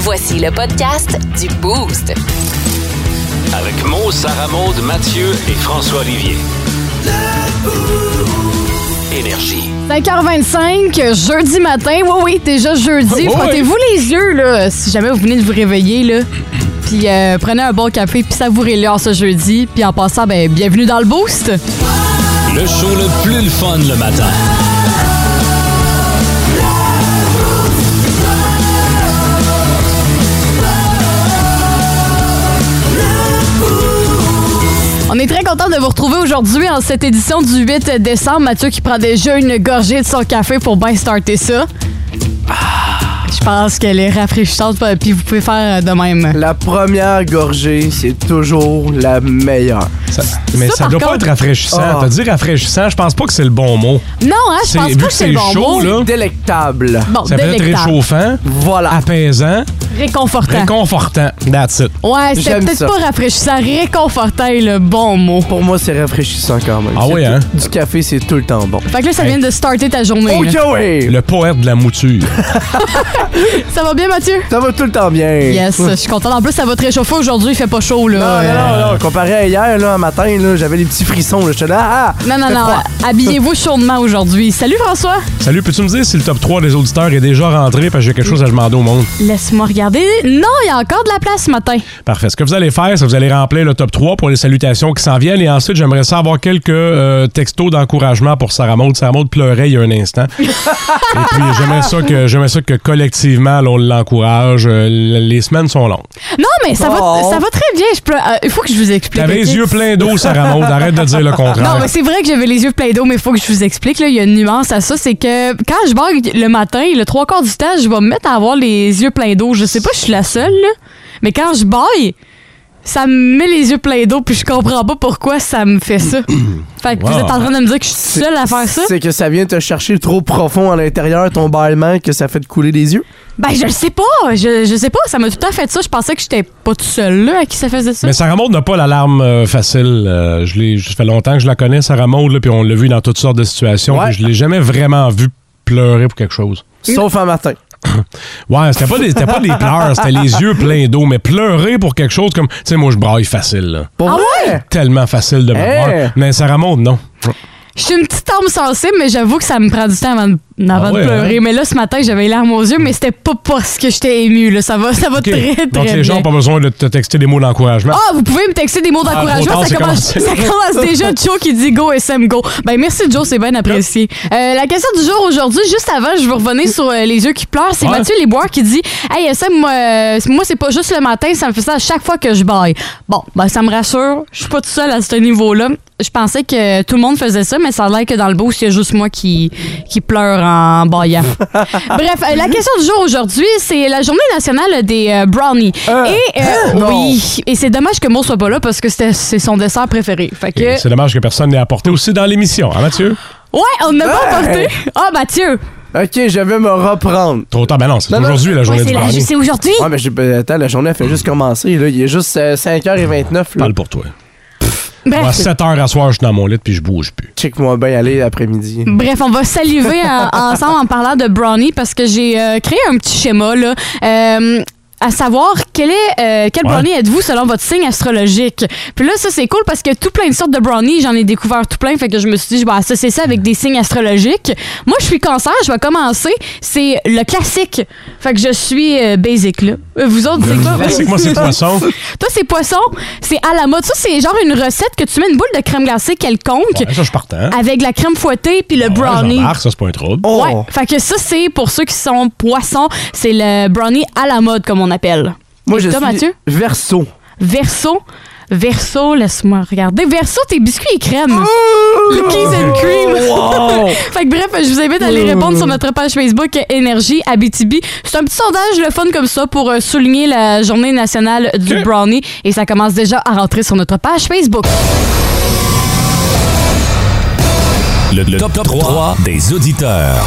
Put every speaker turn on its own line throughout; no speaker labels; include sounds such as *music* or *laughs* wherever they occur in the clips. Voici le podcast du Boost.
Avec Mo, Sarah Maud, Mathieu et François Olivier. Énergie.
5h25, jeudi matin. Oui, oui, déjà jeudi.
Oh, *laughs* oui.
Frottez-vous les yeux, là, si jamais vous venez de vous réveiller, là. Puis euh, prenez un bon café, puis savourez-le en ce jeudi. Puis en passant, ben, bienvenue dans le Boost.
Le show le plus le fun le matin.
On est très content de vous retrouver aujourd'hui en cette édition du 8 décembre. Mathieu qui prend déjà une gorgée de son café pour bien starter ça. Ah, Je pense qu'elle est rafraîchissante, puis vous pouvez faire euh, de même.
La première gorgée, c'est toujours la meilleure.
Ça- mais
Ça,
ça,
par
doit
contre-
pas être rafraîchissant.
Ah.
T'as dit rafraîchissant, je pense pas que c'est le bon mot.
Non, hein, je
C'est-
pense
vu
pas
que
que c'est le
c'est
bon
chaud,
mot.
là,
Délectable.
Oh, Bon,
Ça peut être
délectable. Hein?
réchauffant,
Voilà.
apaisant,
Réconfortant.
réconfortant. That's it.
Ouais, c'était
J'aime
peut-être
ça.
pas rafraîchissant, réconfortant est le bon mot.
Ah, Pour moi, c'est rafraîchissant quand même.
Ah
C'est
oui,
tout-
hein?
Du café, c'est tout le temps bon. Oh,
Fait que là, ça
Hey.
vient de starter ta journée.
OK,
là.
oui!
Le poète de
*laughs*
la mouture.
Ça va bien, Mathieu?
Ça va tout le temps bien.
Yes, je suis contente. En plus, ça va te réchauffer aujourd'hui, il fait pas chaud, là.
Non, non, non, non, comparé à hier, là, un matin, là, j'avais des petits frissons. là. J'étais là, ah! ah,
Euh, non, non,
fait
non.
froid.
Habillez-vous chaudement aujourd'hui. Salut, François.
Salut, peux-tu me dire si le top 3 des auditeurs est déjà rentré parce que j'ai quelque chose à demander au monde?
Laisse-moi regarder. Non, il y a encore de la place ce matin.
Parfait. Ce que vous allez faire, c'est que vous allez remplir le top 3 pour les salutations qui s'en viennent. Et ensuite, j'aimerais ça avoir quelques euh, textos d'encouragement pour Sarah Maud. Sarah Maud pleurait il y a
*laughs*
un instant. Et puis, j'aimerais ça que, j'aimerais ça que collectivement, là, on l'encourage. Euh, l- les semaines sont longues.
Non, mais ça, va,
Oh.
ça va très bien. Je peux- euh, Il faut que je vous explique.
T'avais
ok?
les yeux pleins d'eau, Sarah Maud. Arrête de dire le contraire.
Non, mais c'est vrai que j'avais les yeux pleins d'eau, mais il faut que je vous explique. là. Il y a une nuance à ça. C'est que quand je bug le matin, le trois quarts du temps, je vais me mettre à avoir les yeux pleins d'eau. Je sais pas, je suis la seule, là. Mais quand je baille, ça me met les yeux pleins d'eau, puis je comprends pas pourquoi ça me fait ça. fait que vous
Wow.
êtes en train de me dire que je suis seule à faire ça?
C'est que ça vient te chercher trop profond à l'intérieur, ton bâillement, que ça fait te couler les yeux.
Ben, je le sais pas. Je, je sais pas. Ça m'a tout le temps fait ça. Je pensais que j'étais pas toute seule, là, à qui ça faisait ça.
Mais Sarah Maud n'a pas l'alarme euh, facile. Euh, je l'ai, ça fait longtemps que je la connais, Sarah Maud, là, puis on l'a vu dans toutes sortes de situations.
Ouais.
puis Je l'ai jamais vraiment vue pleurer pour quelque chose.
Sauf un matin.
Ouais, c'était pas des, c'était pas des pleurs, c'était les yeux pleins d'eau, mais pleurer pour quelque chose comme, tu sais, moi je braille facile, là.
Pour
Ah
vrai?
Tellement facile de me
Eh.
Hey!
voir. Mais Sarah Maud, non.
Je suis une petite âme sensible, mais j'avoue que ça me prend du temps avant de, avant
Ah ouais,
de pleurer.
hein?
Mais là, ce matin, j'avais les larmes aux yeux, mais c'était pas parce que j'étais émue. Là. Ça va, ça va
OK.
très, très
Donc les
bien.
gens n'ont pas besoin de te texter des mots d'encouragement.
Ah, vous pouvez me texter des mots d'encouragement.
trop
ça,
tard, c'est
commence, *laughs*
commencé.
ça commence déjà. Joe qui dit go SM go. Ben merci Joe, c'est bien apprécié. Euh, la question du jour aujourd'hui, juste avant, je veux revenir sur euh, les yeux qui pleurent. C'est
Ouais.
Mathieu Lesbois qui dit Hey SM, moi, euh, moi c'est pas juste le matin, ça me fait ça à chaque fois que je baille. Bon, ben ça me rassure. Je suis pas tout seul à ce niveau-là. Je pensais que tout le monde faisait ça, mais ça a l'air que dans le beau, c'est juste moi qui, qui pleure en
*laughs*
baillant. Bref, euh, la question du jour aujourd'hui, c'est la journée nationale des euh, brownies. Et
hein?
euh,
non.
oui, et c'est dommage que Mo soit pas là parce que c'était- c'est son dessert préféré. Fait que.
Et C'est dommage que personne n'ait apporté aussi dans l'émission, hein, Mathieu?
Ouais, on n'a pas
Hey!
apporté. Ah, Mathieu.
OK, je vais me reprendre.
Trop tard, ben non, c'est
Non, non.
aujourd'hui la journée
Ouais,
du Ah,
c'est la-
brownie.
c'est aujourd'hui.
Ouais, mais j'ai- ben, attends, la journée, elle fait juste commencer. Là. Il est juste euh, 5h29. Là.
Parle pour toi. Moi, à
Bref,
7 heures à soir, je suis dans mon lit puis je bouge plus.
Check-moi bien aller l'après-midi.
Bref, on va saliver en- ensemble en parlant de brownie parce que j'ai euh, créé un petit schéma là. Euh, à savoir quel est euh, quel
Ouais.
brownie êtes-vous selon votre signe astrologique. Puis là ça c'est cool parce que tout plein de sortes de brownies, j'en ai découvert tout plein fait que je me suis dit je vais associer ça avec des signes astrologiques. Moi je suis cancer, je vais commencer, c'est le classique. Fait que je suis euh, basic là. Euh, Vous autres c'est quoi
C'est que
*laughs*
moi, c'est poisson.
Toi c'est poisson, c'est à la mode. Ça c'est genre une recette que tu mets une boule de crème glacée quelconque
Ouais, ça, je suis partant.
avec de la crème fouettée puis le
Ouais,
brownie.
j'embarque, ça, c'est pas un trouble.
Oh!
Ouais. Fait que ça, c'est pour ceux qui sont poissons, c'est le brownie à la mode, comme on appelle.
Moi,
Et
je
toi,
suis
Mathieu? Hmm.
verso.
Verso. Verso, laisse-moi regarder. Verso, tes biscuits et crème.
Oh!
Le Cookies and cream.
Wow!
Fait que bref, je vous invite à aller
Oh.
répondre sur notre page Facebook Énergie Abitibi. C'est un petit sondage, le fun comme ça, pour euh, souligner la journée nationale du
Ok.
brownie. Et ça commence déjà à rentrer sur notre page Facebook.
Le, le top, 3, des auditeurs.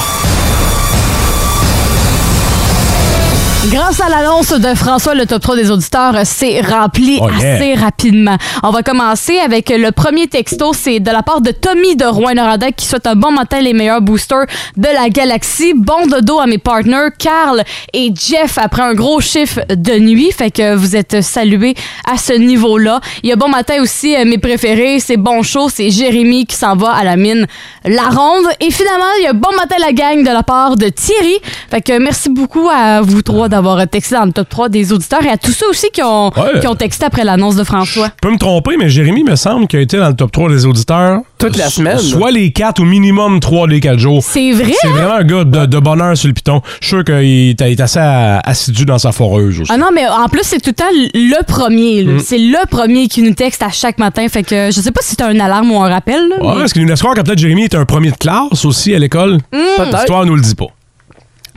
Grâce à l'annonce de François, le top 3 des auditeurs euh, s'est rempli
Oh, yeah.
assez rapidement. On va commencer avec le premier texto. C'est de la part de Tommy de Rouen-Noranda qui souhaite un bon matin les meilleurs boosters de la galaxie. Bon dodo à mes partners, Carl et Jeff, après un gros chiffre de nuit. Fait que vous êtes salués à ce niveau-là. Il y a bon matin aussi, euh, mes préférés, c'est Bon Show, c'est Jérémy qui s'en va à la mine La Ronde. Et finalement, il y a bon matin la gang de la part de Thierry. Fait que merci beaucoup à vous trois d'avoir texté dans le top 3 des auditeurs et à tous ceux aussi qui ont,
Ouais.
qui ont texté après l'annonce de François.
Je peux me tromper, mais Jérémy me semble qu'il a été dans le top 3 des auditeurs.
Toute la
so-
semaine.
Soit les 4 ou minimum 3 des 4 jours.
C'est vrai?
C'est vraiment un gars de, de bonheur sur le piton. Je suis sûr qu'il est- il est assez euh, assidu dans sa foreuse aussi.
Ah non, mais en plus, c'est tout le temps le premier.
Mm.
là. C'est le premier qui nous texte à chaque matin. Fait que je sais pas si c'est un alarme ou un rappel. là,
Ouais,
mais-
est-ce qu'il nous laisse croire que peut-être Jérémy est un premier de classe aussi à l'école?
Hmm.
Peut-être.
L'histoire nous le dit pas.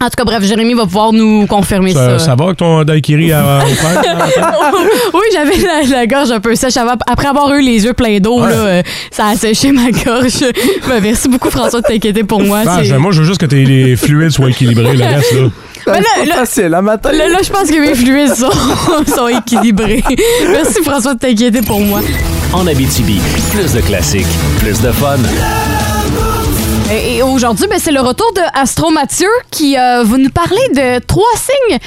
En tout cas, bref, Jérémy va pouvoir nous confirmer ça.
Ça, ça va que ton
*laughs*
daiquiri à au frère?
oui, j'avais la, la gorge un peu sèche. avant- Après avoir eu les yeux pleins d'eau, là, euh, ça a séché ma gorge. *laughs* Ben, merci beaucoup, François, de t'inquiéter pour moi.
Ah,
C'est-
je- Moi, je veux juste que tes les *laughs* fluides soient équilibrés, le reste, là.
C'est
là,
pas
là-
facile, hein, la matin.
Là, là, je pense que mes fluides sont, *laughs* sont équilibrés. Merci, François, de t'inquiéter pour moi.
En Abitibi, plus de classiques, plus de fun.
Et, et aujourd'hui, ben, c'est le retour de Astro Mathieu qui euh, va nous parler de trois signes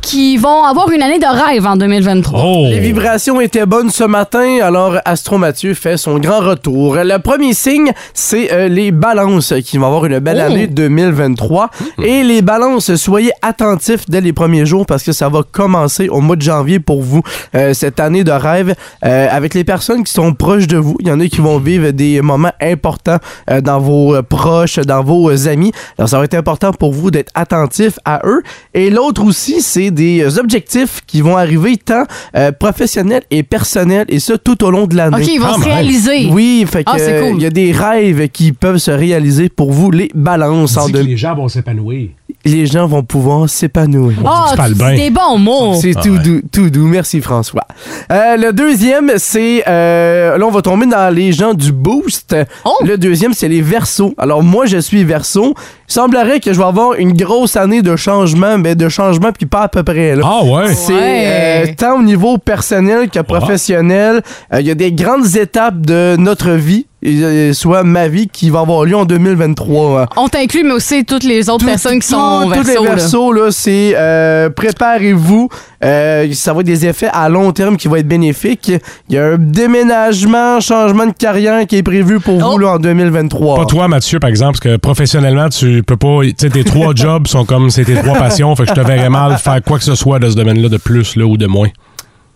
qui vont avoir une année de rêve en 2023.
Oh!
Les vibrations étaient bonnes ce matin, alors Astro Mathieu fait son grand retour. Le premier signe, c'est euh, les balances qui vont avoir une belle
Oh. Hmm.
année 2023. Et les balances, soyez attentifs dès les premiers jours parce que ça va commencer au mois de janvier pour vous, euh, cette année de rêve, euh, avec les personnes qui sont proches de vous. Il y en a qui vont vivre des moments importants euh, dans vos euh, proches, dans vos euh, amis. Alors, ça va être important pour vous d'être attentif à eux. Et l'autre aussi, c'est des euh, objectifs qui vont arriver tant euh, professionnels et personnels, et ça tout au long de l'année.
OK, ils vont
Ah,
se
ben.
réaliser.
Oui, fait que
Ah, c'est
euh,
cool.
il y a des rêves qui peuvent se réaliser pour vous, les balances. en
Dis que
deux-
les gens vont s'épanouir.
Les gens vont pouvoir s'épanouir.
Ah,
tu parles
tu dis
bien.
des bons mots.
C'est tout doux, tout doux. Merci François. Euh, le deuxième, c'est... euh, là, on va tomber dans les gens du boost.
Oh!
Le deuxième, c'est les versos. Alors, moi, je suis verso. Il semblerait que je vais avoir une grosse année de changement, mais de changement, puis pas à peu près. Là.
Ah ouais?
C'est
Ouais.
euh, tant au niveau personnel que professionnel. Euh, Il y a des grandes étapes de notre vie, et, euh, soit ma vie, qui va avoir lieu en 2023. hein.
On t'inclut, mais aussi toutes les autres
Tout-
personnes qui sont
tout- tous
verso,
les
là.
versos, là, c'est euh, préparez-vous. Euh, ça va être des effets à long terme qui vont être bénéfiques. Il y a un déménagement, changement de carrière qui est prévu pour
Oh.
vous là, en 2023.
Pas toi, Mathieu, par exemple, parce que professionnellement, tu peux pas. Tu sais, tes trois jobs sont comme c'est tes trois passions. Fait que je te verrais mal faire quoi que ce soit de ce domaine-là de plus là, ou de moins.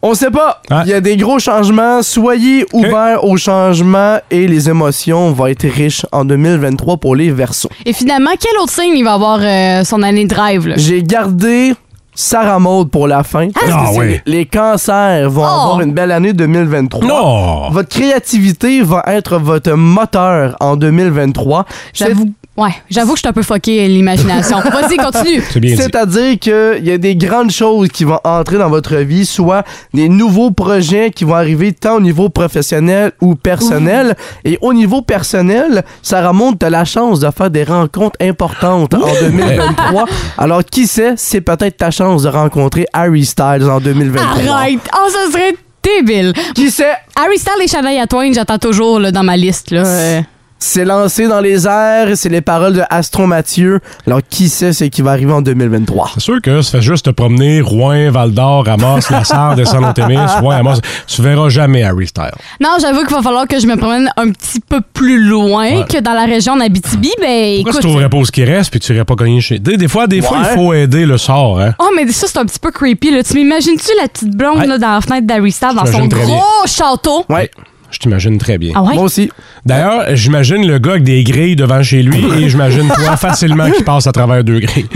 On sait pas. Il
Ah.
y a des gros changements. Soyez ouverts aux changements et les émotions vont être riches en 2023 pour les versos.
Et finalement, quel autre signe il va avoir euh, son année de rêve? là?
J'ai gardé Sarah Maud pour la fin. parce que
Ah
c'est-
oui.
Les cancers vont
Oh.
avoir une belle année 2023.
Non!
Votre créativité va être votre moteur en 2023. C'est-
J'avoue. Ouais, j'avoue que je suis un peu fucké
*laughs*
l'imagination. Vas-y, continue.
C'est bien dit.
C'est-à-dire qu'il y a des grandes choses qui vont entrer dans votre vie, soit des nouveaux projets qui vont arriver tant au niveau professionnel ou personnel. Et au niveau personnel, ça remonte à la chance de faire des rencontres importantes en 2023.
*laughs*
Alors, qui sait, c'est peut-être ta chance de rencontrer Harry Styles en 2023.
Arrête! Oh, ça serait débile.
Qui sait?
Harry Styles et Shania Twain, j'attends toujours là, dans ma liste. Là, euh.
C'est lancé dans les airs, c'est les paroles de Astro Mathieu. Alors, qui sait ce qui va arriver en 2023?
C'est sûr que ça fait juste te promener Rouen, Val d'Or, Amos, La Sarre, descendre au Témis, Rouen, Amos. Tu verras jamais Harry Styles.
Non, j'avoue qu'il va falloir que je me promène un petit peu plus loin que dans la région d'Abitibi. Ben,
Pourquoi tu
écoute.
trouverais pas ce qui reste puis tu irais pas gagner chez. Des, des fois, des fois,
Ouais.
il faut aider le sort, hein?
Oh, mais ça, c'est un petit peu creepy. Là. Tu m'imagines-tu la petite blonde
Ouais.
là, dans la fenêtre d'Harry Styles, dans son
J'imagine très bien.
gros château?
Ouais.
Je t'imagine très bien.
Ah ouais?
Moi aussi.
D'ailleurs, j'imagine le gars avec des grilles devant chez lui et j'imagine
*laughs*
toi facilement qui passe à travers deux grilles.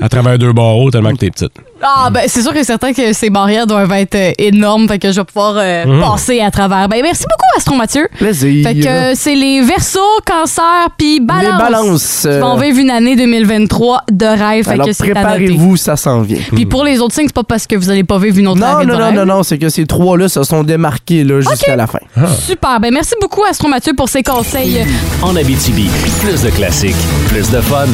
À travers deux barreaux tellement que t'es petite.
Ah, ben, c'est sûr et certain que ces barrières doivent être euh, énormes, fait que je vais pouvoir euh,
Mhm.
passer à travers. Ben, merci beaucoup, Astro Mathieu.
Plaisir.
Fait que euh, c'est les versos, cancer, puis balance.
Les balances, euh.
Qui vont vivre une année 2023 de rêve, fait
Alors,
que c'est à noter.
préparez-vous, ça s'en vient.
Puis pour les autres signes, c'est pas parce que vous allez pas vivre une autre
Non,
année
non,
de
non,
rêve.
non, non, c'est que ces trois-là se sont démarqués là, jusqu'à la fin.
Super. Ben, merci beaucoup, Astro Mathieu, pour ces conseils.
En Abitibi, plus de classiques, plus de fun.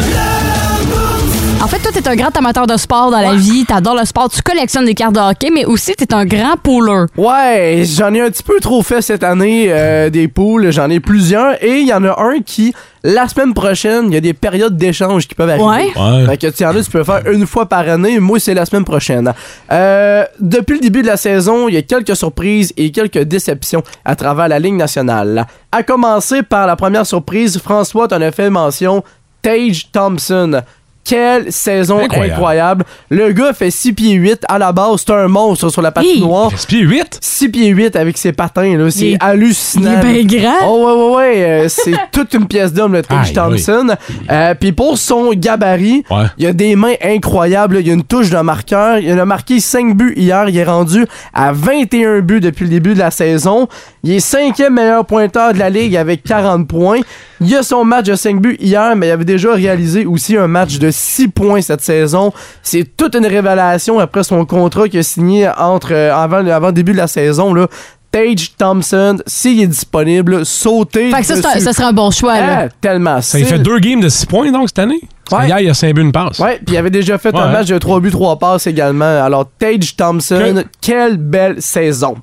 En fait, toi, t'es un grand amateur de sport dans la vie, t'adores le sport, tu collectionnes des cartes de hockey, mais aussi t'es un grand pouleur.
Ouais, j'en ai un petit peu trop fait cette année euh, des poules, j'en ai plusieurs et il y en a un qui la semaine prochaine, il y a des périodes d'échange qui peuvent arriver.
Ouais.
Ouais.
Fait que tu y en as, tu peux faire une fois par année. Moi, c'est la semaine prochaine. Euh, depuis le début de la saison, il y a quelques surprises et quelques déceptions à travers la Ligue nationale. À commencer par la première surprise, François, t'en as fait mention, Tage Thompson. Quelle saison
Incroyable.
incroyable. Le gars fait 6 pieds 8 à la base, c'est un monstre sur la patinoire.
Gaspille 8?
6 pieds 8 avec ses patins, là,
Il
c'est
est- Il
hallucinant.
est bien grand.
Oh ouais, ouais, ouais. euh, c'est *laughs* toute une pièce d'homme, le Tage
Aïe,
Thompson. Euh, Puis pour son gabarit,
Ouais.
il y a des mains incroyables. là. Il y a une touche de marqueur. Il en a marqué 5 buts hier. Il est rendu à 21 buts depuis le début de la saison. Il est cinquième meilleur pointeur de la Ligue avec 40 points. Il a son match de 5 buts hier, mais il avait déjà réalisé aussi un match de 6 points cette saison. C'est toute une révélation après son contrat qu'il a signé entre, euh, avant, le- avant le début de la saison. Là. Tage Thompson, s'il est disponible, sauter.
Fait que ça, c'est un-
dessus.
ça serait un bon choix, là.
Ah, tellement.
Ça y fait
C'est-
deux games de 6 points, donc, cette année? Parce que
Ouais.
Hier, il y a 5 buts, une passe.
Ouais, puis il avait déjà fait un
Ouais.
match de 3 buts, 3 passes également. Alors, Tage Thompson,
Que-
quelle belle saison.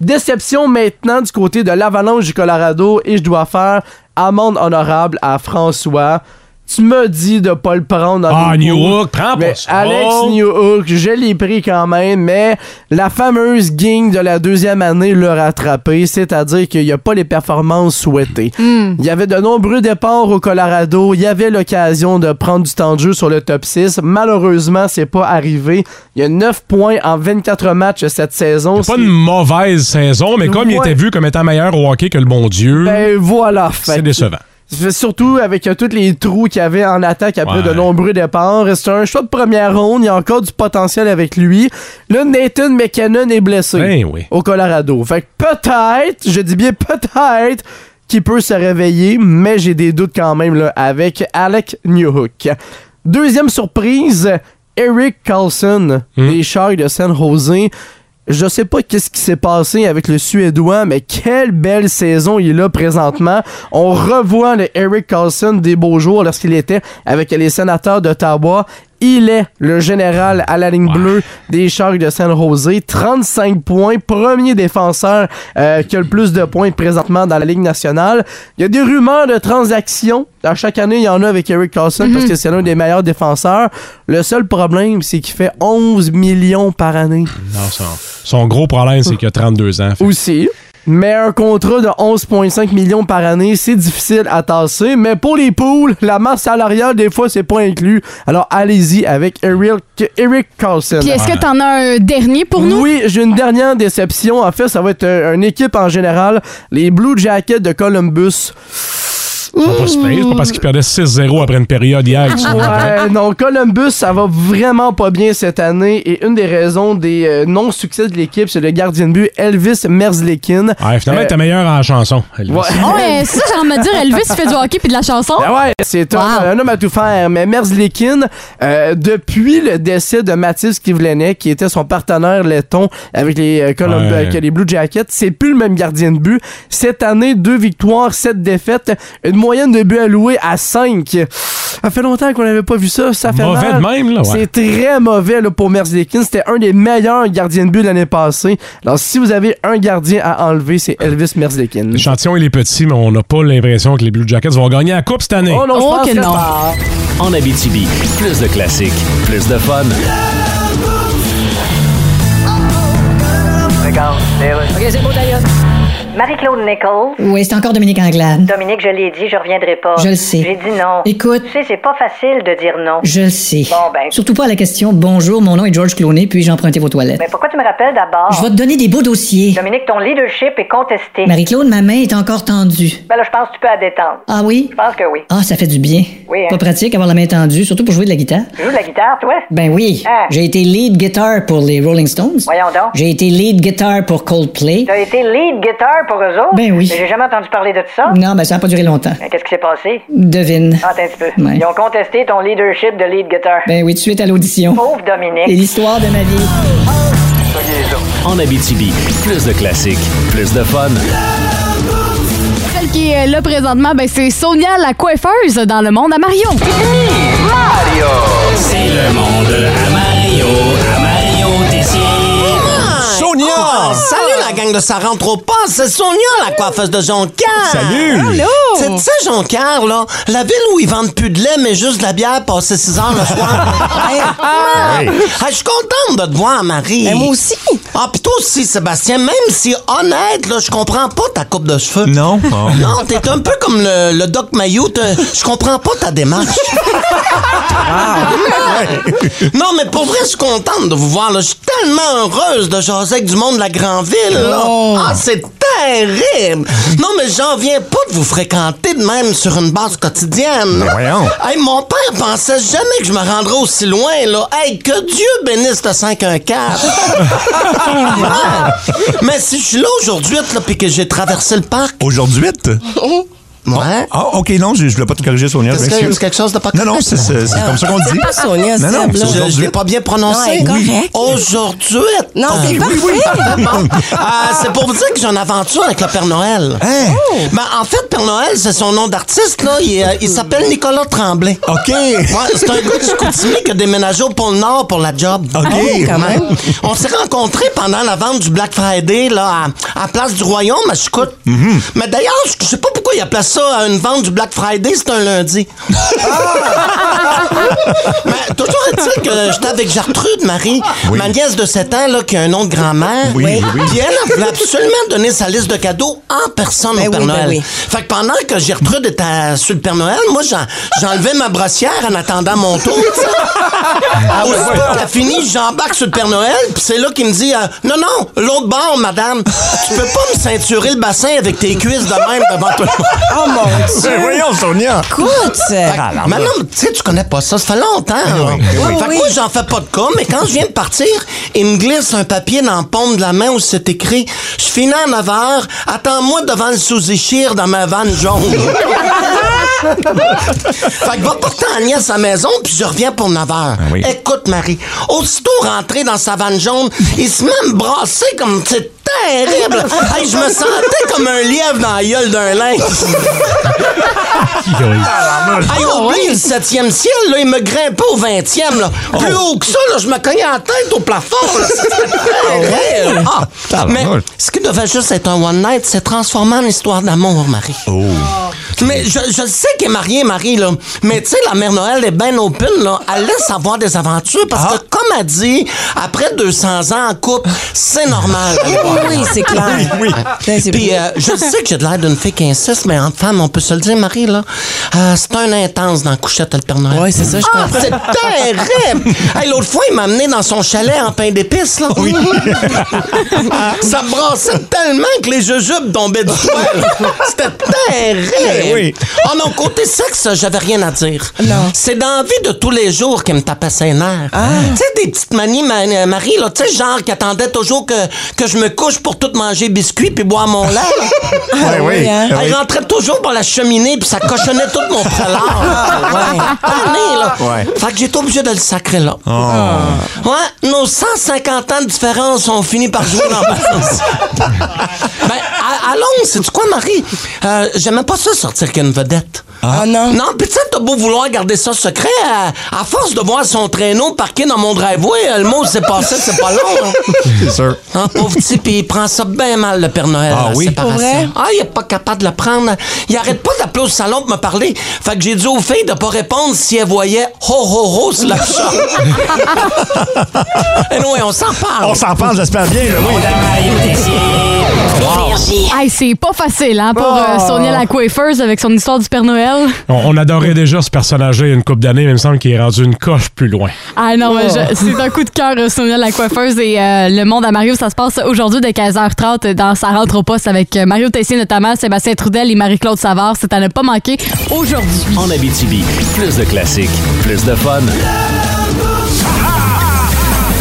Déception maintenant du côté de l'Avalanche du Colorado et je dois faire amende honorable à François. Tu me dis de pas le prendre dans
Ah,
le
New
coup.
Hook, prends
Mais
pas ça. Oh,
Alex Newhook, je l'ai pris quand même, mais la fameuse gang de la deuxième année l'a rattrapé, c'est-à-dire qu'il n'y a pas les performances souhaitées. Il y avait de nombreux départs au Colorado, il y avait l'occasion de prendre du temps de jeu sur le top 6. Malheureusement, c'est pas arrivé. Il y a 9 points en 24 matchs cette saison.
C'est pas
C'est-
une mauvaise saison, mais comme il
Ouais.
était vu comme étant meilleur au hockey que le bon Dieu,
Ben voilà,
c'est
fait-
décevant.
Fait Surtout avec euh, tous les trous qu'il y avait en attaque après
Ouais.
de nombreux départs. C'est un choix de première ronde. Il y a encore du potentiel avec lui. Là, Nathan McKinnon est blessé
Ben oui.
au Colorado. Fait que peut-être, je dis bien peut-être, qu'il peut se réveiller, mais j'ai des doutes quand même là, avec Alec Newhook. Deuxième surprise, Eric Carlson
Hmm.
des Sharks de San Jose. Je sais pas qu'est-ce qui s'est passé avec le Suédois, mais quelle belle saison il a présentement. On revoit le Eric Carlson des beaux jours lorsqu'il était avec les sénateurs d'Ottawa. Il est le général à la ligne bleue des Sharks de San Jose. 35 points, premier défenseur euh, qui a le plus de points présentement dans la Ligue nationale. Il y a des rumeurs de transactions. À chaque année, il y en a avec Eric Carlson parce
Mhm.
que c'est l'un des meilleurs défenseurs. Le seul problème, c'est qu'il fait 11 millions par année
Non, son, son gros problème, c'est qu'il a 32 ans. Fait-
aussi. Mais un contrat de 11,5 millions par année, c'est difficile à tasser. Mais pour les poules, la masse salariale, des fois, c'est pas inclus. Alors, allez-y avec Eric, Eric Carlson.
Puis est-ce que t'en as un dernier pour nous?
Oui, j'ai une dernière déception. En fait, ça va être euh, une équipe en général. Les Blue Jackets de Columbus.
C'est pas super, c'est pas parce qu'il perdait 6-0 après une période hier. qu'ils sont contents.
*laughs*
Ouais, Euh, non, Columbus, ça va vraiment pas bien cette année. Et une des raisons des euh, non-succès de l'équipe, c'est le gardien de but Elvis Merzlikin.
Ouais, finalement, il
Euh,
était meilleur en chanson. Elvis.
Ouais.
Oh, euh, ça, j'ai envie de me dire, Elvis, il fait du hockey puis de la chanson.
Ben ouais, c'est
Ah Wow.
un, un homme à tout faire. Mais Merzlikin, euh, depuis le décès de Mathis Kivlenet, qui était son partenaire laiton avec les, euh, Colum-
Ouais.
euh, que les Blue Jackets, c'est plus le même gardien de but. Cette année, deux victoires, sept défaites, une moyenne de buts alloués à 5. Ça fait longtemps qu'on n'avait pas vu ça. Ça fait
Mauvais
mal.
de même, là. Ouais.
C'est très mauvais là, pour Merzlikin. C'était un des meilleurs gardiens de but de l'année passée. Alors, si vous avez un gardien à enlever, c'est Elvis Merzlikin.
L'échantillon, il est petit, mais on n'a pas l'impression que les Blue Jackets vont gagner la Coupe cette année.
non, je
Oh
pense
que non.
pas.
En Abitibi, plus de classiques, plus de fun.
Marie-Claude Nichols.
Oui, c'est encore Dominique Anglade.
Dominique, je l'ai dit, je reviendrai pas.
Je le sais.
J'ai dit non.
Écoute,
Tu sais, c'est pas facile de dire non.
je le sais.
Bon, ben.
Surtout pas à la question Bonjour, mon nom est George Clooney, puis-je emprunter vos toilettes?
Mais pourquoi tu me rappelles d'abord?
Je vais te donner des beaux dossiers.
Ben, Dominique, ton leadership est contesté.
Marie-Claude, ma main est encore tendue.
Ben là, je pense que tu peux la détendre.
Ah oui?
Je pense que oui.
Ah, ça fait du bien.
Oui, hein.
Pas pratique avoir la main tendue, surtout pour jouer de la guitare.
Tu joues de la guitare, toi?
Ben oui.
Ah.
J'ai été lead guitar pour les Rolling Stones.
Voyons donc.
J'ai été lead guitar pour Coldplay.
T'as été lead guitar pour eux autres?
Ben oui.
Mais J'ai jamais entendu parler de tout ça.
Non, ben ça n'a pas duré longtemps.
Ben, Qu'est-ce qui s'est passé? Ah,
Devine.
Attends un petit peu.
Ouais.
Ils ont contesté ton leadership de lead guitar.
Ben oui, tout de suite à l'audition.
Pauvre
C'est
Dominique.
l'histoire de ma vie.
En Abitibi, plus de classiques, plus de fun.
Celle qui est là présentement, ben, c'est Sonia la coiffeuse dans le monde à Marion.
C'est le monde à Mario, à Mario Tessier.
Sonia! Oh, salut la gang de Ça rentre au pas, c'est Sonia la coiffeuse de Jonquière!
Salut!
C'est tu sais, Jonquière, là, la ville où ils vendent plus de lait, mais juste de la bière passé 6 heures le
*laughs*
soir. Hey, man! Hey, je suis contente de te voir, Marie.
Ah. Ben, moi aussi.
Ah, pis toi aussi, Sébastien, même si honnête, là, je comprends pas ta coupe de cheveux.
Non.
*laughs*
non.
Non, Ah. t'es un peu comme le, le Doc Mayou, te- je comprends pas ta démarche. Non, mais pour vrai, je suis contente de vous voir. là. Je suis tellement heureuse de jaser avec du monde de la grande ville. là. Ah, c'est terrible. Non, mais j'en viens pas de vous fréquenter de même sur une base quotidienne. là.
Ben voyons.
Hey, mon père pensait jamais que je me rendrais aussi loin. là. Hey, que Dieu bénisse le 514. Ah, mais si je suis là aujourd'hui là, puis que j'ai traversé le parc,
Aujourd'hui?
ouais.
Ah, OK, non, je ne voulais pas te corriger, Sonia. je
Est-ce que
m'excuse.
c'est quelque chose de pas
Non, non, c'est c'est- c'est comme ça qu'on dit.
Pas Sonia,
Non, non,
Seb, là.
c'est
Je, je
aujourd'hui.
l'ai pas bien prononcé.
Ouais, correct.
Aujourd'hui.
Non, c'est
Euh,
parfait.
*laughs* Ah, c'est pour vous dire que j'ai une aventure avec le Père Noël.
Hein?
Oh.
Ben, en fait, Père Noël, c'est son nom d'artiste, là. Il, euh, il s'appelle Nicolas Tremblay.
*laughs*
OK.
Ouais, c'est un gars du Chicoutimi qui a déménagé au pôle Nord pour la job.
OK. Ah oui,
quand même.
Ouais. On s'est rencontrés pendant la vente du Black Friday, là, à, à Place du Royaume, à Chicout.
Mhm.
Mais d'ailleurs, je sais pas pourquoi il appelait ça euh, une vente du Black Friday, c'est un lundi. Mais toujours est-il que j'étais avec Gertrude, Marie, ma nièce de 7 ans, là, qui a un nom de grand-mère.
Oui, oui, oui.
Puis elle, elle voulait absolument donner sa liste de cadeaux en personne
Ben
au Père
oui, ben
Noël.
oui.
Fait que pendant que Gertrude était à- sur le Père Noël, moi, j'en- j'enlevais ma brassière en attendant mon tour, tu sais. Aussitôt qu'elle finit, j'embarque sur le Père Noël, puis c'est là qu'il me dit euh, Non, non, l'autre bord, madame, tu peux pas me ceinturer le bassin avec tes cuisses de même devant tout le monde.
Oh mon
Ben
Dieu!
voyons, Sonia.
Écoute!
Mais non, mais tu sais, tu connais pas ça, ça fait longtemps. là.
oui.
Fait que
Oui,
moi,
oui.
j'en fais pas de cas, mais quand je viens de partir, il me glisse un papier dans la paume de la main où c'est écrit « Je finis à 9 heures, attends-moi devant le sous-échire dans ma vanne jaune. » Fait que va porter Agnès à la maison, puis je reviens pour 9 heures.
Ah
oui.
Écoute, Marie, aussitôt rentré dans sa vanne jaune, il se met à me brasser comme... C'est terrible! Hey, je me sentais comme un lièvre dans la gueule d'un lynx. Hey, oublie le 7e ciel, là, il me grimpait au 20e. Là. Plus haut que ça, là, je me cognais en tête au plafond. là. C'était terrible. Ah, mais
Tabarnouche.
ce qui devait juste être un one night, c'est transformé en histoire d'amour, Marie. Mais je, je sais qu'elle est mariée, Marie, là. Mais tu sais, la mère Noël est bien open, là. Elle laisse avoir des aventures parce que, comme elle dit, après 200 ans en couple, c'est normal.
Oui, c'est clair.
Oui.
Tiens, c'est
Puis
beau.
euh, je sais que j'ai de l'air d'une fille qui insiste, mais en femme, on peut se le dire, Marie, là. euh, c'est un intense dans la couchette, le Père Noël.
Ouais, c'est ça, je
Ah, c'est
*laughs*
terrible! Hey, L'autre fois, il m'a amené dans son chalet en pain d'épices, là. *laughs* ça brassait tellement que les jujubes tombaient du toit. là.
*laughs*
C'était terrible!
Ben oui.
Oh non, côté sexe, j'avais rien à dire. Non. C'est dans la vie de tous les jours qu'elle me tapait ses nerfs. Tu sais, des petites manies, ma- euh, Marie, là, tu sais, genre qui attendait toujours que, que je me couche pour tout manger biscuit puis boire mon lait. là.
Ben oui.
oui, hein.
ben oui.
Elle rentrait toujours par la cheminée puis ça cochonnait tout mon prélard. Tanné, là.
Ouais.
Fait que j'étais obligé de le sacrer là. Ouais, nos 150 ans de différence ont fini par jouer dans la balance. ben, à, à Londres, c'est quoi, Marie? Euh, J'aimais pas ça sortir qu'une vedette.
Ah non.
Non, pis tu sais, t'as beau vouloir garder ça secret, à, à force de voir son traîneau parqué dans mon driveway, euh, le mot s'est passé, c'est pas long. hein.
C'est sûr.
Hein, pauvre petit, puis il prend ça bien mal, le Père Noël.
Ah
la
oui?
séparation.
Pour vrai?
Ah, il est pas capable de le prendre. Il arrête pas d'appeler au salon pour me parler. Fait que j'ai dit aux filles de pas répondre si elles voyaient ho ho ho sur
*laughs*
la Anyway, on s'en parle.
On s'en parle, j'espère bien. là, oui.
Hey, c'est pas facile hein, pour euh, Sonia la coiffeuse avec son histoire du Père Noël.
On, on adorait déjà ce personnage-là il y a une couple d'années, mais il me semble qu'il est rendu une coche plus loin.
Ah non, mais je- c'est un coup de cœur, euh, Sonia la coiffeuse et euh, le monde à Mario. Ça se passe aujourd'hui de 15h30 dans Sa rentre au poste avec euh, Mario Tessier notamment, Sébastien Trudel et Marie-Claude Savard. C'est à ne pas manquer aujourd'hui.
En Abitibi, plus de classiques, plus de fun.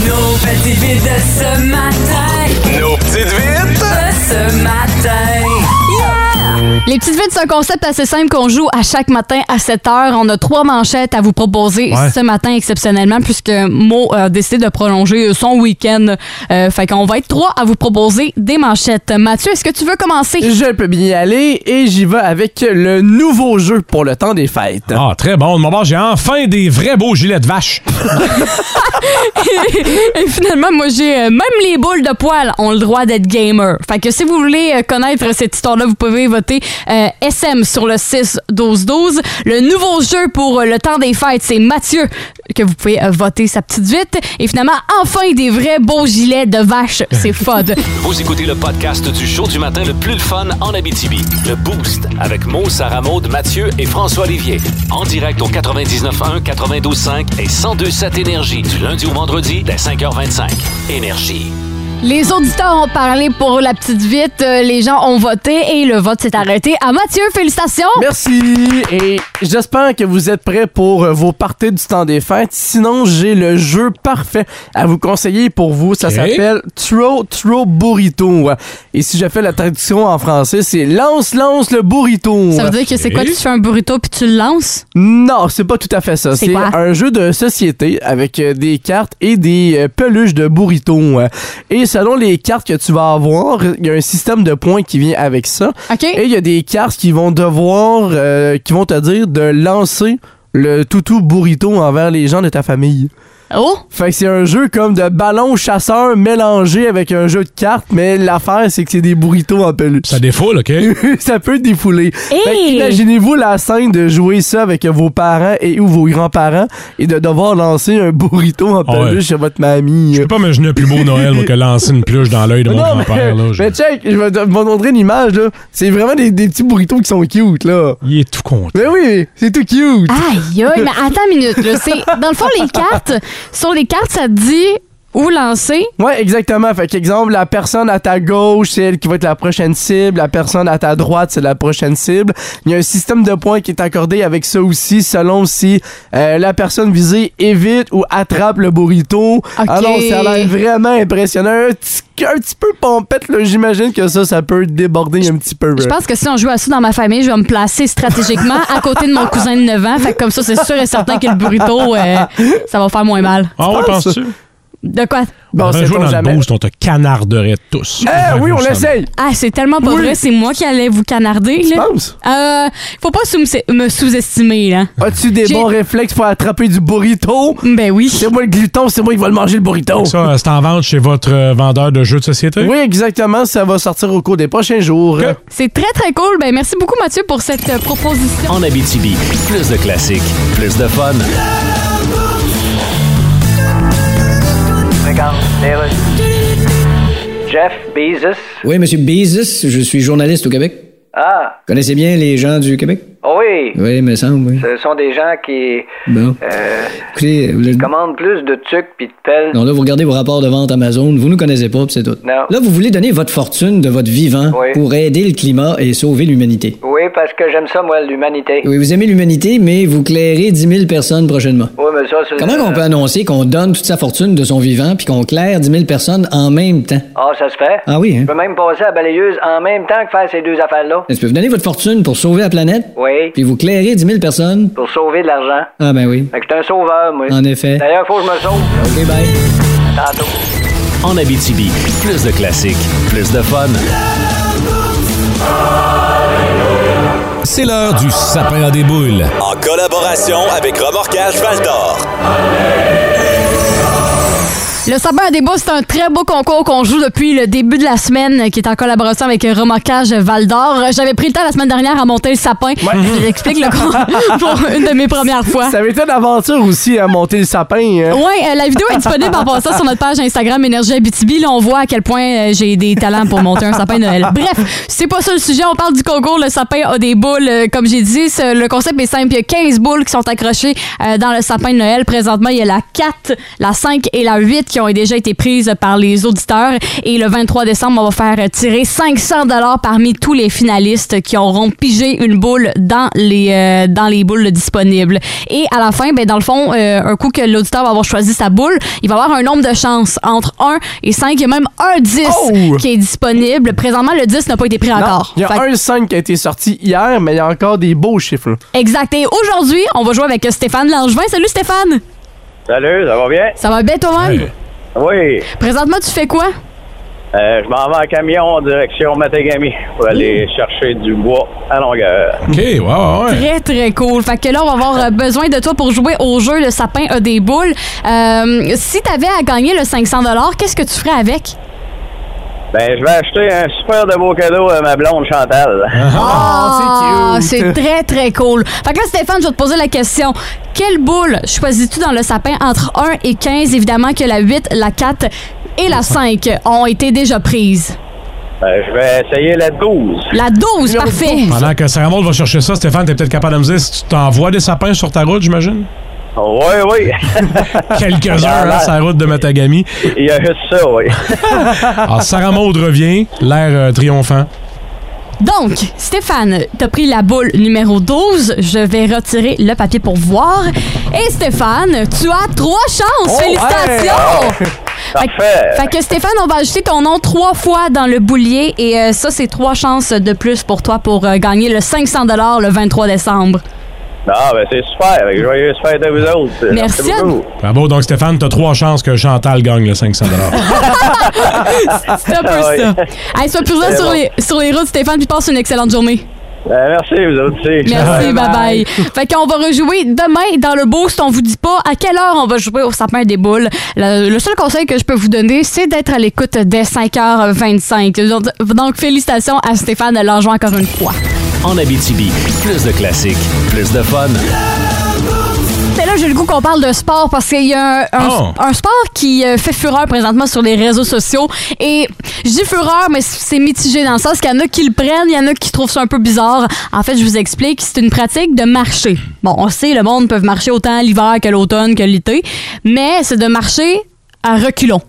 Nos petites vites de ce matin.
Nos petites vites.
De ce matin. Yeah!
Les petites vites, c'est un concept assez simple qu'on joue à chaque matin à 7 heures. On a trois manchettes à vous proposer
Ouais.
ce matin exceptionnellement puisque Mo a décidé de prolonger son week-end. Euh, fait qu'on va être trois à vous proposer des manchettes. Mathieu, est-ce que tu veux commencer?
Je peux bien y aller et j'y vais avec le nouveau jeu pour le temps des fêtes.
Ah, très bon. De mon bord, j'ai enfin des vrais beaux gilets de vache.
*laughs* Et finalement, moi, j'ai euh, même les boules de poils ont le droit d'être gamer. Fait que si vous voulez euh, connaître cette histoire-là, vous pouvez voter euh, SM sur le 6-12-12. Le nouveau jeu pour euh, le temps des fêtes, c'est Mathieu que vous pouvez euh, voter sa petite vite. Et finalement, enfin, des vrais beaux gilets de vache.
*laughs*
C'est fod.
Vous écoutez le podcast du show du matin le plus le fun en Abitibi. Le Boost avec Mo, Sarah Maud, Mathieu et François Olivier. En direct au 99.1, 92.5 et 102.7 Énergie du lundi au vendredi dès 5h25. Énergie.
Les auditeurs ont parlé pour la petite vite. euh, les gens ont voté et le vote s'est arrêté à Mathieu. Félicitations!
Merci et j'espère que vous êtes prêts pour euh, vos parties du temps des fêtes. Sinon, j'ai le jeu parfait à vous conseiller pour vous. Ça
Ok.
s'appelle Throw Throw Burrito. Et si je fais la traduction en français, c'est lance lance le burrito.
Ça veut dire que c'est quoi? Tu fais un burrito puis tu le lances?
Non, c'est pas tout à fait ça.
C'est
C'est
quoi?
un jeu de société avec euh, des cartes et des euh, peluches de burrito. Euh, Et selon les cartes que tu vas avoir, il y a un système de points qui vient avec ça. Et il y a des cartes qui vont devoir, euh, qui vont te dire de lancer le toutou burrito envers les gens de ta famille.
Oh!
Fait que c'est un jeu comme de ballon chasseur mélangé avec un jeu de cartes, mais l'affaire, c'est que c'est des burritos en peluche. Ça
défoule, OK?
*laughs* ça peut défouler. Fait
Hey!
qu'imaginez-vous la scène de jouer ça avec vos parents et ou vos grands-parents et de devoir lancer un burrito en
Ah ouais.
peluche à votre mamie.
Je peux pas imaginer un plus beau Noël moi, que lancer une pluche dans l'œil de mon
Non,
grand-père.
*laughs* mais,
là. Je-
mais check, je vais te je vais te montrer une image, là. C'est vraiment des, des petits burritos qui sont cute, là.
Il est tout content.
Mais oui, c'est tout cute.
Aïe, aïe, mais attends une minute. là. C'est- Dans le fond, les cartes, sur les cartes, ça te dit où lancer.
Ouais, exactement. Fait qu'exemple, la personne à ta gauche, c'est elle qui va être la prochaine cible. La personne à ta droite, c'est la prochaine cible. Il y a un système de points qui est accordé avec ça aussi, selon si euh, la personne visée évite ou attrape le burrito. Ah non, ça a l'air vraiment impressionnant. Un petit, un petit peu pompette, là. J'imagine que ça, ça peut déborder un petit peu.
Je pense que si on joue à ça dans ma famille, je vais me placer stratégiquement à côté de mon cousin de 9 ans. Fait que comme ça, c'est sûr et certain que le burrito, euh, ça va faire moins mal.
Ah ouais,
pense
penses-tu?
De quoi?
on
sait-on
aurait joué dans
jamais.
le boost, on te canarderait tous.
Eh oui, on l'essaye!
Ah, c'est tellement pas
Oui.
vrai, c'est moi qui allais vous canarder. là. Euh, faut pas sous- me sous-estimer, là.
As-tu des
J'ai-
bons réflexes pour attraper du burrito?
Ben oui.
C'est moi le gluton, c'est moi qui va le manger le
Oh.
burrito.
Ça, euh, c'est en vente chez votre euh, vendeur de jeux de société?
Oui, exactement. Ça va sortir au cours des prochains jours.
C'est très, très cool. Ben, merci beaucoup, Mathieu, pour cette euh, proposition.
En Abitibi, plus de classiques, plus de fun.
Jeff Bezos.
Oui, Monsieur Bezos, je suis journaliste au Québec.
Ah,
Connaissez bien les gens du Québec?
oui.
Oui, me semble, oui.
Ce sont des gens qui,
Bon.
euh,
Écoutez, vous-
qui commandent plus de tucs puis de pelles.
non, là, vous regardez vos rapports de vente Amazon, vous nous connaissez pas, puis c'est tout.
Non.
Là, vous voulez donner votre fortune de votre vivant
Oui.
pour aider le climat et sauver l'humanité.
Oui, parce que j'aime ça, moi, l'humanité.
Oui, vous aimez l'humanité, mais vous clairez 10 000 personnes prochainement.
Oui, mais ça, c'est...
Comment on peut annoncer qu'on donne toute sa fortune de son vivant puis qu'on claire 10 000 personnes en même temps?
Ah, ça se fait.
Ah oui, hein?
Je peux même passer à la balayeuse en même temps que faire ces deux affaires-là.
Est-ce que vous donnez votre fortune pour sauver la planète?
Oui,
Puis vous clairez 10 000 personnes?
pour sauver de l'argent.
Ah ben oui.
Fait que je suis un sauveur, moi.
En effet.
D'ailleurs, faut que je me sauve.
OK, bye.
Tantôt.
En Abitibi, plus de classiques, plus de fun.
C'est l'heure du sapin à des boules.
En collaboration avec Remorquage Valdor.
Le sapin à débat, c'est un très beau concours qu'on joue depuis le début de la semaine, qui est en collaboration avec Remorquage Val d'Or. J'avais pris le temps la semaine dernière à monter le sapin. Je vous explique le con- pour une de mes premières fois.
Ça avait été une aventure aussi à monter le sapin. hein.
Oh,
Oui, la vidéo est disponible en passant sur notre page Instagram Énergie Abitibi. Là, on voit à quel point euh, j'ai des talents pour monter un sapin de Noël. Bref, c'est pas ça le sujet. On parle du concours. Le sapin a des boules. Euh, Comme j'ai dit, ce- le concept est simple. Il y a 15 boules qui sont accrochées euh, dans le sapin de Noël. Présentement, il y a la 4, la 5 et la 8 qui qui ont déjà été prises par les auditeurs. Et le 23 décembre, on va faire tirer 500 dollars parmi tous les finalistes qui auront pigé une boule dans les euh, dans les boules disponibles. Et à la fin, ben dans le fond, euh, un coup que l'auditeur va avoir choisi sa boule, il va avoir un nombre de chances entre 1 et 5 et même un 10
Oh!
qui est disponible. Présentement, le 10 n'a pas été pris encore.
Il y a
Fait que-
un 5 qui a été sorti hier, mais il y a encore des beaux chiffres. là.
Exact. Et aujourd'hui, on va jouer avec Stéphane Langevin. Salut Stéphane!
Salut, ça va bien?
Ça va bien toi-même?
Oui.
Présentement, tu fais quoi?
Euh, je m'en vais en camion en direction Matagami pour aller chercher du bois à longueur.
OK, ouais, ouais.
*laughs* Très, très cool. Fait que là, on va avoir euh, besoin de toi pour jouer au jeu Le sapin a des boules. Euh, si t'avais à gagner le 500 qu'est-ce que tu ferais avec?
Ben, je vais acheter un super de beau cadeau à ma blonde Chantal.
Ah, c'est très, très cool. Fait que là, Stéphane, je vais te poser la question. Quelle boule choisis-tu dans le sapin entre 1 et 15? Évidemment que la 8, la 4 et la 5 ont été déjà prises.
Ben, je vais essayer la 12.
La 12, parfait.
Pendant que Sarah Maud va chercher ça, Stéphane, t'es peut-être capable de me dire si tu t'envoies des sapins sur ta route, j'imagine?
Oui,
*laughs*
oui. *laughs*
Quelques-uns, là, sur la route de Matagami.
Il y a juste ça, oui.
*laughs* Alors, Sarah Maud revient, l'air euh, triomphant.
Donc, Stéphane, t'as pris la boule numéro 12. Je vais retirer le papier pour voir. Et Stéphane, tu as trois chances.
Oh,
Félicitations!
hey!
Parfait. Fait que Stéphane, on va ajouter ton nom trois fois dans le boulier et euh, ça, c'est trois chances de plus pour toi pour euh, gagner le 500 le 23 décembre.
Ah, ben, c'est super. Avec joyeuse fête à vous autres.
Merci.
beaucoup.
Bravo, donc Stéphane, t'as trois chances que Chantal gagne le 500
*laughs* c'est un peu
*laughs* Ah, oui.
ça. Allez, sois
C'est
présent sur,
bon.
les, sur les routes, Stéphane, puis passe une excellente journée.
Ben, merci, vous autres aussi.
Merci, bye bye. Fait qu'on va rejouer demain dans le boost. On vous dit pas à quelle heure on va jouer au sapin des boules. Le, le seul conseil que je peux vous donner, c'est d'être à l'écoute dès 5h25. Donc, donc, félicitations à Stéphane Langevin encore une fois.
En Abitibi, plus de classiques, plus de fun.
Mais là, j'ai le goût qu'on parle de sport parce qu'il y a un, un-
Oh.
un sport qui euh, fait fureur présentement sur les réseaux sociaux. Et je dis fureur, mais c'est mitigé dans le sens qu'il y en a qui le prennent, il y en a qui trouvent ça un peu bizarre. En fait, je vous explique, c'est une pratique de marcher. Bon, on sait, le monde peut marcher autant l'hiver que l'automne que l'été, mais c'est de marcher à reculons.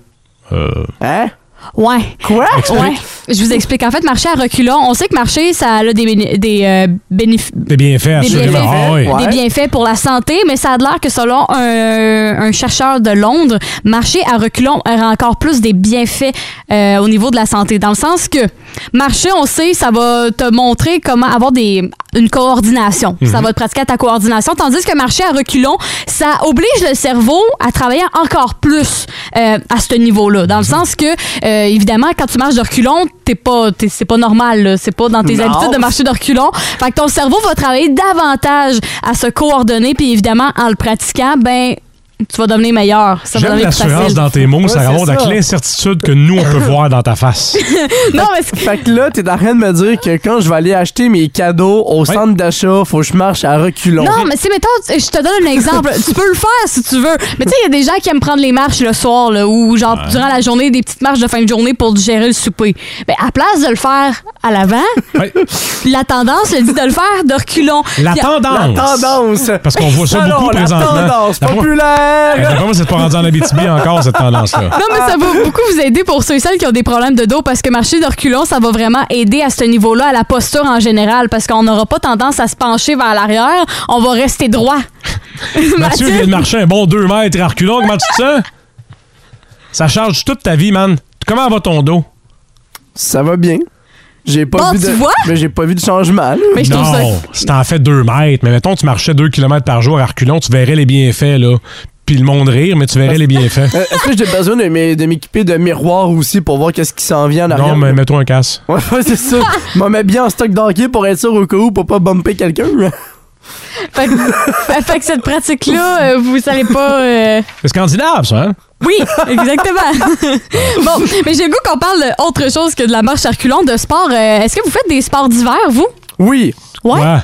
Hein?
Ouais.
Quoi? Explique.
Ouais. Je vous explique. En fait, marcher à reculons, on sait que marcher, ça a des, béné- des euh, bénéfices
T'es bien fait,
des bienfaits,
assurément. Ah oui.
des bienfaits pour la santé, mais ça a l'air que selon un, un chercheur de Londres, marcher à reculons aurait encore plus des bienfaits euh, au niveau de la santé. Dans le sens que marcher, on sait, ça va te montrer comment avoir des, une coordination. Ça
Mhm.
va te pratiquer à ta coordination. Tandis que marcher à reculons, ça oblige le cerveau à travailler encore plus euh, à ce niveau-là. Dans le
Mhm.
sens que, euh, évidemment, quand tu marches de reculons, t'es pas, t'es- c'est pas normal. là. C'est pas dans tes
Non.
habitudes de marcher de reculons. Fait que ton cerveau va travailler davantage à se coordonner, puis évidemment, en le pratiquant, ben, tu vas devenir meilleur. Ça va
J'aime
devenir plus
l'assurance
facile.
dans tes mots,
Ouais,
Sarah
c'est
Maud, avec
ça.
l'incertitude que nous, on
*laughs*
peut voir dans ta face.
non, mais
Fait que là, t'es en train de me dire que quand je vais aller acheter mes cadeaux au centre d'achat, faut que je marche à reculons.
Non, mais tu sais, mettons, tu- je te donne un exemple. tu peux le faire si tu veux. Mais tu sais, il y a des gens qui aiment prendre les marches le soir, là, ou genre durant la journée, des petites marches de fin de journée pour gérer le souper. Mais à place de le faire à l'avant, la tendance le dit de le faire de reculons.
La
Puis-
tendance. Parce qu'on voit ça
Alors,
beaucoup
la
présentement.
tendance
D'après moi-
populaire.
Eh, D'après moi, c'est pas rendu en Abitibi encore, cette
*laughs*
tendance-là.
Non, mais ça va beaucoup vous aider pour ceux et celles qui ont des problèmes de dos parce que marcher de reculons, ça va vraiment aider à ce niveau-là, à la posture en général, parce qu'on n'aura pas tendance à se pencher vers l'arrière, on va rester droit.
Mathieu vient de marcher un bon 2 mètres à reculons. Comment tu te sens? Ça charge toute ta vie, man. Comment va ton dos?
Ça va bien. J'ai pas
Bon,
vu
tu
de
vois?
mais j'ai pas vu de changement. là.
non, c'est en fait 2 mètres. Mais mettons, tu marchais 2 km par jour à reculons, tu verrais les bienfaits, là. Puis le monde rire, mais tu verrais les
*laughs*
bienfaits.
Euh, Est-ce que j'ai besoin de m'é- de m'équiper de miroirs aussi pour voir qu'est-ce qui s'en vient en arrière?
Non, mais mets-toi un casse.
Ouais, ouais,
*laughs*
c'est ça. M'en mets bien en stock d'hockey pour être sûr au cas où pour pas bumper quelqu'un.
Fait que, *laughs* fait que cette pratique-là, euh, vous savez pas. euh,
C'est scandinave, ça, hein?
Oui, exactement. *laughs* bon, mais j'ai le goût qu'on parle autre chose que de la marche à reculons, de sport. Euh, Est-ce que vous faites des sports d'hiver, vous?
Oui.
Ouais.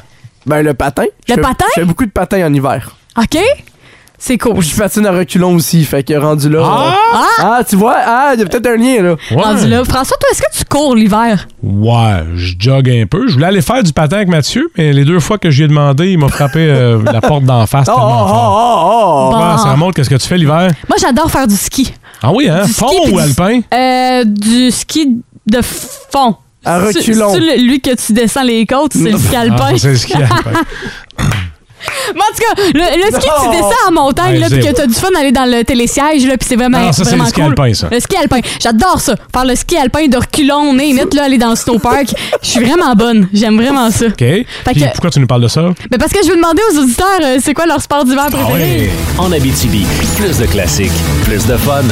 Ben, le patin. Je fais-
patin?
Je fais beaucoup de patin en hiver.
OK? C'est cool.
Je patine à reculons aussi, fait que rendu là.
Ah!
euh, Ah, tu vois, ah, il y a peut-être un lien, là.
Rendu là. François, toi, est-ce que tu cours l'hiver?
Ouais, je jogue un peu. Je voulais aller faire du patin avec Mathieu, mais les deux fois que j'y ai demandé, il m'a frappé euh, la porte
*laughs*
d'en
Oh,
face. tellement fort.
oh, oh.
Ouais, Ça remonte qu'est-ce que tu fais l'hiver?
Moi, j'adore faire du ski.
Ah oui, hein?
Du
Fond
ski puis
ou
du-
alpin?
Euh, du ski de fond.
À
C'est-
reculons.
c'est le- lui que tu descends les côtes, c'est le ski alpin.
Ah, *laughs* c'est le ski alpin.
*laughs* Mais en tout cas, le, le ski,
Non.
tu descends en montagne,
Ouais,
là, puis que
zéro.
t'as du fun d'aller dans le télésiège, là, puis c'est vraiment,
Non, ça, c'est
vraiment
le ski
cool.
alpin, ça.
Le ski alpin. J'adore ça. Faire le ski alpin de reculons, name it, là, aller dans le snowpark.
*laughs*
Je suis vraiment bonne. J'aime vraiment ça.
OK. Puis
que-
pourquoi tu nous parles de ça? Ah
Mais parce que je veux demander aux auditeurs, euh, c'est quoi leur sport d'hiver préféré?
En Abitibi, plus de classiques, plus de fun.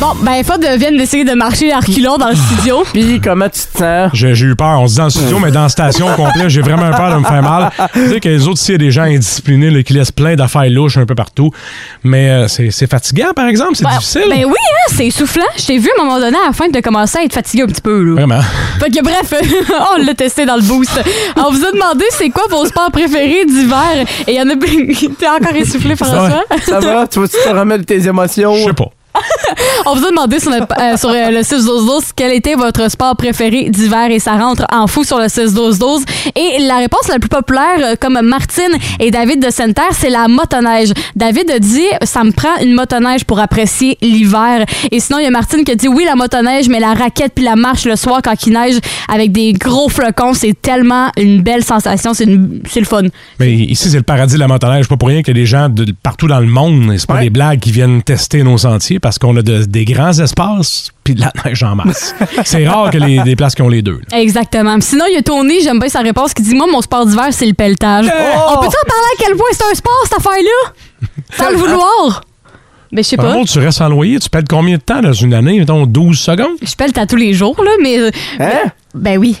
Bon, ben, Fod vient d'essayer de marcher à reculons dans le studio.
Puis, comment tu te sens?
J'ai j'ai eu peur. On se dit dans le studio, mais dans la station au complet, j'ai vraiment peur de me faire mal. Tu sais que les autres, ici, il y a des gens indisciplinés là, qui laissent plein d'affaires louches un peu partout. Mais euh, c'est c'est fatigant, par exemple. C'est
Ben-
difficile.
Ben oui, hein, c'est essoufflant. Je t'ai vu à un moment donné à la fin de commencer à être fatigué un petit peu. Là.
Vraiment.
Fait que bref, *laughs* on l'a testé dans le boost. On vous a demandé c'est quoi vos sports préférés d'hiver. Et il y en a... *laughs* T'es encore essoufflé, François?
Ça va? Tu vas-tu te remettre tes émotions? Je sais
pas.
*laughs* On vous a demandé sur le, euh, sur, euh, le 6-12-12 quel était votre sport préféré d'hiver et ça rentre en fou sur le 6-12-12. Et la réponse la plus populaire, euh, comme Martine et David de Sainte-Terre, c'est la motoneige. David a dit ça me prend une motoneige pour apprécier l'hiver. Et sinon, il y a Martine qui a dit oui, la motoneige, mais la raquette puis la marche le soir quand il neige avec des gros flocons, c'est tellement une belle sensation, c'est une- c'est le fun.
Mais ici, c'est le paradis de la motoneige. Pas pour rien qu'il y a des gens de partout dans le monde, et c'est pas des blagues, qui viennent tester nos sentiers parce qu'on a de- des grands espaces puis de la neige
*laughs*
en masse. c'est rare que les, des places qui ont les deux. là.
Exactement. Puis Sinon, il y a Tony, j'aime bien sa réponse, qui dit Moi, mon sport d'hiver, c'est le pelletage.
Oh!
On peut-tu en parler à quel point c'est un sport, cette
*laughs*
affaire-là Sans le vouloir Mais Ben, je sais
Par
pas.
contre, tu restes en loyer, tu pètes combien de temps dans une année? Mettons 12 secondes?
Je pelle à tous les jours, là, mais. euh, Ben oui.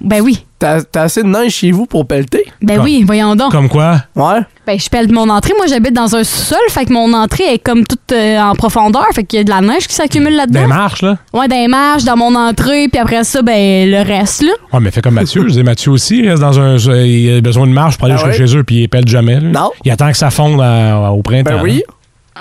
Ben oui.
Hein? T'as t'as assez de neige chez vous pour pelleter?
Ben oui, voyons
Ah.
donc.
Comme quoi?
Ouais.
Ben, je pèle mon entrée. Moi, j'habite dans un sous-sol, fait que mon entrée est comme toute euh, en profondeur, fait qu'il y a de la neige qui s'accumule là-dedans.
Des marches, là?
Ouais, des marches, dans mon entrée, puis après ça, ben, le reste, là.
Ouais, Ah, mais fais comme Mathieu. Je disais, Mathieu aussi, il reste dans un. Il a besoin de marche pour aller
Ah
jusqu'à
oui?
chez eux, puis il pèle jamais. là.
Non.
Il attend que ça fonde à- au printemps.
Ben oui.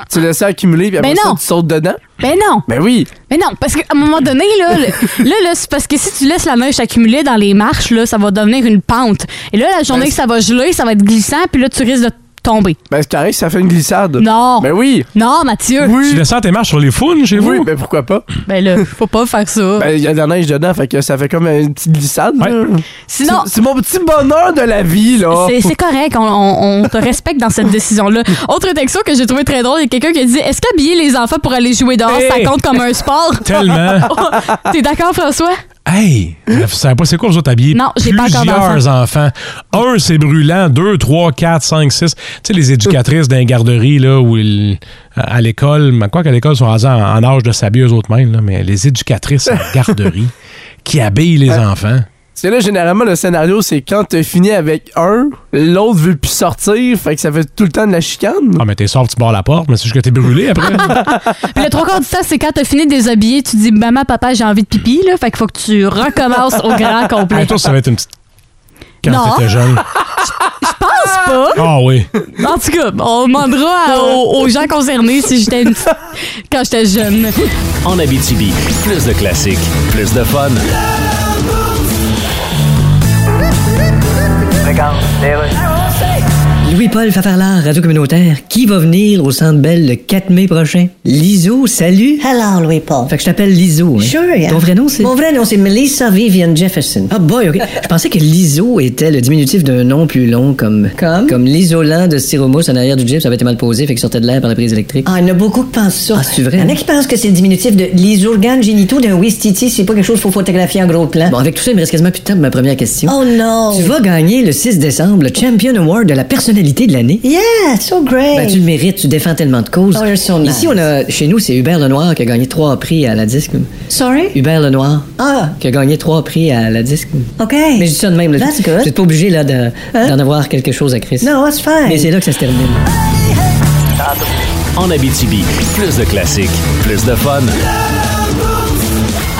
Tu laisses ça accumuler, puis après
Ben
ça,
non.
tu sautes dedans?
Ben non.
Ben oui.
Mais non, parce qu'à un moment donné, là, le- là, là, c'est parce que si tu laisses la neige s'accumuler dans les marches, là, ça va devenir une pente. Et là, la journée que ça va geler, ça va être glissant, puis là, tu risques de tomber.
Ben, ce qui arrive, ça fait une glissade.
Non.
Ben oui.
Non, Mathieu.
Tu descends tes marches sur les founes chez vous?
Oui, ben pourquoi pas?
Ben
*laughs*
là, faut pas faire ça.
Ben, il y a de la neige dedans, fait que ça fait comme une petite glissade. là.
Sinon-
C'est- C'est mon petit bonheur de la vie, là.
C'est c'est correct, on, on- on te respecte dans cette décision-là. Autre texto que j'ai trouvé très drôle, il y a quelqu'un qui a dit Est-ce qu'habiller les enfants pour aller jouer dehors, ça
Hey!
compte comme un
*laughs*
sport
Tellement.
T'es d'accord, François
Hey! Je savais pas c'est quoi vous autres habillés?
Hmm? Non, j'ai pas encore
Plusieurs enfants. Un, c'est brûlant. Deux, trois, quatre, cinq, six. Tu sais, les éducatrices d'un garderie, là, où ils- à à l'école, mais quoi qu'à l'école, ils sont rasés en, en âge de s'habiller eux autres mêmes, là, mais les éducatrices
*laughs*
en garderie qui habillent les
Ah.
enfants.
Parce que là, généralement, le scénario, c'est quand t'as fini avec un, l'autre veut plus sortir, fait que ça fait tout le temps de la chicane.
Ah, mais t'es sort, tu barres la porte, mais c'est juste que t'es brûlé
*laughs*
après. Ah,
Puis le trois quarts du temps, c'est quand t'as fini de déshabiller, tu dis Maman, papa, j'ai envie de pipi, là. Fait qu'il faut que tu recommences au grand complet. *laughs*
Hey, toi, ça va être une petite. Quand
Non.
t'étais jeune.
Je pense pas.
Ah oui.
En tout cas, on demandera à- aux, aux gens concernés si j'étais une petite- *laughs* quand j'étais jeune.
En Abitibi, plus de classiques, plus de fun.
Louis-Paul Fafarlard, Radio Communautaire, qui va venir au Centre Belle le 4 mai prochain? Liso, salut! Hello, Louis-Paul. Fait que je t'appelle Liso. Hein?
Sure, yeah.
Ton vrai nom, c'est...
Mon vrai nom, c'est Melissa Vivian Jefferson.
Ah boy, OK. Je pensais que l'ISO était le diminutif d'un nom plus long comme... Comme? Comme l'isolant de styromousse en arrière du jeep, ça avait été mal posé, fait qu'il sortait de l'air par la prise électrique.
Ah, il y en a beaucoup qui pensent ça.
Ah, c'est vrai,
Il y en a
hein?
qui pensent que c'est le diminutif de les organes génitaux d'un Wistiti, c'est pas quelque chose qu'il faut photographier en gros plan.
Bon, avec tout ça, il me reste quasiment plus de temps pour ma première question.
Oh non!
Tu vas gagner le 6 décembre le Champion Award de la personnalité de l'année.
Yeah, so great!
Ben, tu le mérites, tu défends tellement de causes.
Oh, you're so nice.
Ici, on a, chez nous, c'est Hubert Lenoir qui a gagné trois prix à la disque.
Sorry?
Hubert Lenoir,
Ah,
qui a gagné trois prix à la disque.
OK.
Mais je dis ça de même. là.
That's good.
Vous êtes pas obligé là, de-
Hein?
d'en avoir quelque chose à Chris.
No, that's fine.
Mais c'est là que ça se termine.
En Abitibi, plus de classiques, plus de fun.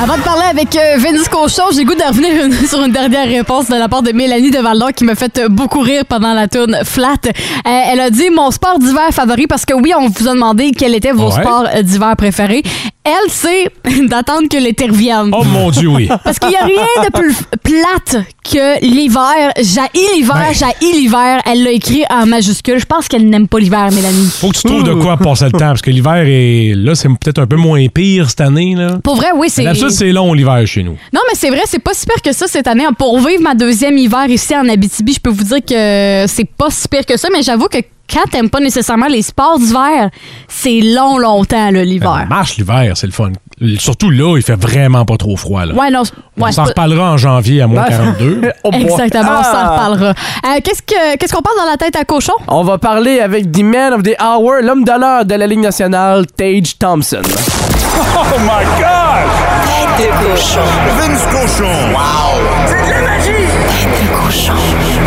Avant de parler avec euh, Vince Cochon, j'ai le goût de revenir *laughs* une- sur une dernière réponse de la part de Mélanie de Valdor qui m'a fait euh, beaucoup rire pendant la tourne Flat. Euh, elle a dit mon sport d'hiver favori parce que oui, on vous a demandé quels étaient vos
Ouais.
sports euh, d'hiver préférés. Elle sait *laughs* d'attendre que l'été revienne.
Oh mon Dieu, oui.
Parce qu'il n'y a rien de plus plate que l'hiver. J'haïs l'hiver,
Ben.
j'haïs l'hiver. Elle l'a écrit en majuscule. Je pense qu'elle n'aime pas l'hiver, Mélanie.
Faut que tu trouves de quoi passer le temps, parce que l'hiver est. Là, c'est peut-être un peu moins pire cette année. Là.
Pour vrai, oui, c'est.
D'habitude, c'est long l'hiver chez nous.
Non, mais c'est vrai, c'est pas si pire que ça cette année. Pour vivre ma deuxième hiver ici en Abitibi, je peux vous dire que c'est pas si pire que ça, mais j'avoue que quand t'aimes pas nécessairement les sports d'hiver, c'est long, longtemps, là, l'hiver.
Ben, Marche l'hiver, c'est le fun. Surtout là, il fait vraiment pas trop froid. Là.
Ouais, non, c'est-
On
ouais,
s'en
c'est pas-
reparlera en janvier à moins
*laughs*
Ouais.
42.
Oh boy.
Exactement, on s'en
Ah.
reparlera. Euh, qu'est-ce, que, qu'est-ce qu'on parle dans la tête à cochon?
On va parler avec The Man of the Hour, l'homme de l'heure de la Ligue nationale, Tage Thompson.
Oh my God! Tête de cochon.
Vince cochon. Wow! C'est de la magie! Tête de cochon.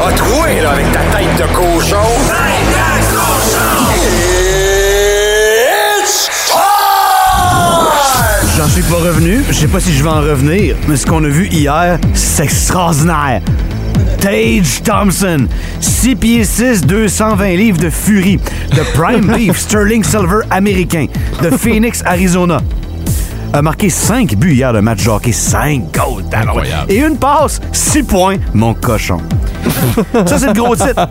A troué, là, avec ta tête de cochon. Tête de cochon! It's
J'en suis pas revenu, je sais pas si je vais en revenir, mais ce qu'on a vu hier, c'est extraordinaire. Tage Thompson, 6 pieds 6, 220 livres de furie, de prime beef sterling silver américain, de Phoenix, Arizona. A marqué 5 buts hier de match de hockey, 5 goals.
Incroyable.
Et une passe, 6 points, mon cochon. Ça, c'est le gros titre.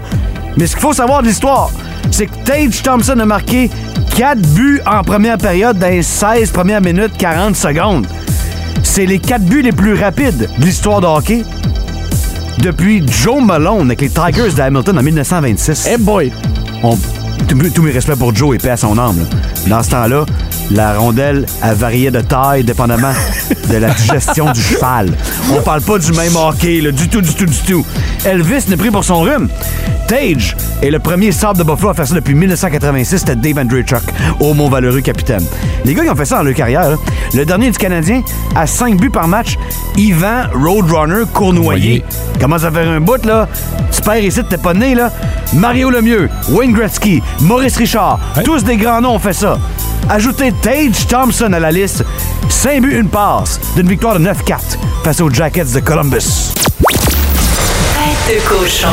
Mais ce qu'il faut savoir de l'histoire, c'est que Tage Thompson a marqué 4 buts en première période dans les 16 premières minutes 40 secondes. C'est les 4 buts les plus rapides de l'histoire de hockey depuis Joe Malone avec les Tigers de Hamilton en 1926. Eh boy! On, tous mes- tous mes respects pour Joe et paix à son âme. là. Dans ce temps-là, la rondelle a varié de taille dépendamment de la digestion du cheval. On parle pas du même hockey, là, du tout, du tout, du tout. Elvis n'est pris pour son rhume. Tage est le premier sable de Buffalo à faire ça depuis 1986. C'était Dave Andreychuk, au mon valeureux capitaine. Les gars qui ont fait ça dans leur carrière, là. le dernier du Canadien, à 5 buts par match, Yvan Roadrunner Cournoyer. Commence à faire un bout, là. Tu perds ici, t'es pas né, là. Mario Lemieux, Wayne Gretzky, Maurice Richard, tous des grands noms ont fait ça. Ajoutez Tage Thompson à la liste. 5 buts, une passe, d'une victoire de 9-4 face aux Jackets de Columbus.
Tête de cochon.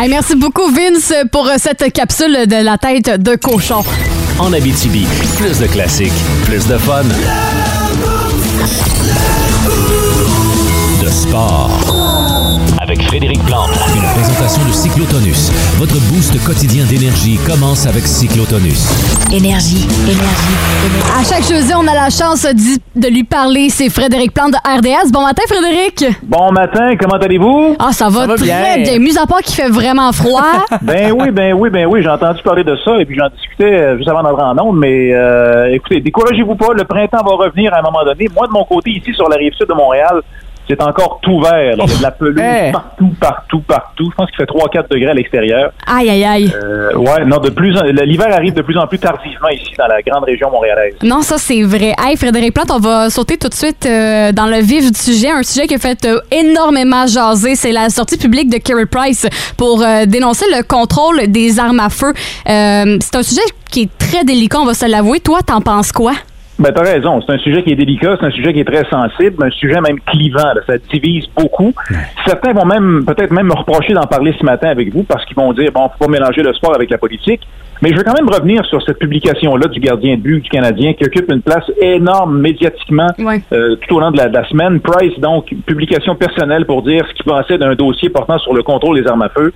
Hey, merci beaucoup, Vince, pour euh, cette capsule de la tête de cochon.
En Abitibi, plus de classiques, plus de fun. De sport. Avec Frédéric Plante.
Une présentation de Cyclotonus. Votre boost quotidien d'énergie commence avec Cyclotonus.
Énergie, énergie, énergie.
À chaque jeudi, on a la chance d'y- de lui parler. C'est Frédéric Plante de RDS. Bon matin, Frédéric.
Bon matin, comment allez-vous?
Ah, ça va, très bien. Mis à part qu'il fait vraiment
*laughs*
froid.
Ben oui, ben oui, ben oui, j'ai entendu parler de ça et puis j'en discutais euh, juste avant d'entrer en onde, mais euh, écoutez, découragez-vous pas, le printemps va revenir à un moment donné. Moi, de mon côté, ici, sur la rive sud de Montréal, c'est encore tout vert. là. Il y a de la pelouse
Hey.
partout, partout, partout. Je pense qu'il fait 3-4 degrés à l'extérieur.
Aïe, aïe, aïe.
Euh, ouais, non, de plus en- l'hiver arrive de plus en plus tardivement ici dans la grande région montréalaise.
Non, ça, c'est vrai. Hey, Frédéric Plante, on va sauter tout de suite euh, dans le vif du sujet. Un sujet qui a fait euh, énormément jaser. C'est la sortie publique de Kerry Price pour euh, dénoncer le contrôle des armes à feu. Euh, c'est un sujet qui est très délicat, on va se l'avouer. Toi, t'en penses quoi?
Ben, t'as raison. C'est un sujet qui est délicat, c'est un sujet qui est très sensible, un sujet même clivant. là. Ça divise beaucoup. Certains vont même, peut-être même me reprocher d'en parler ce matin avec vous parce qu'ils vont dire, bon, faut pas mélanger le sport avec la politique. Mais je veux quand même revenir sur cette publication-là du gardien de but du Canadien qui occupe une place énorme médiatiquement euh, tout au long de la, de la semaine. Price, donc, publication personnelle pour dire ce qu'il pensait d'un dossier portant sur le contrôle des armes à feu.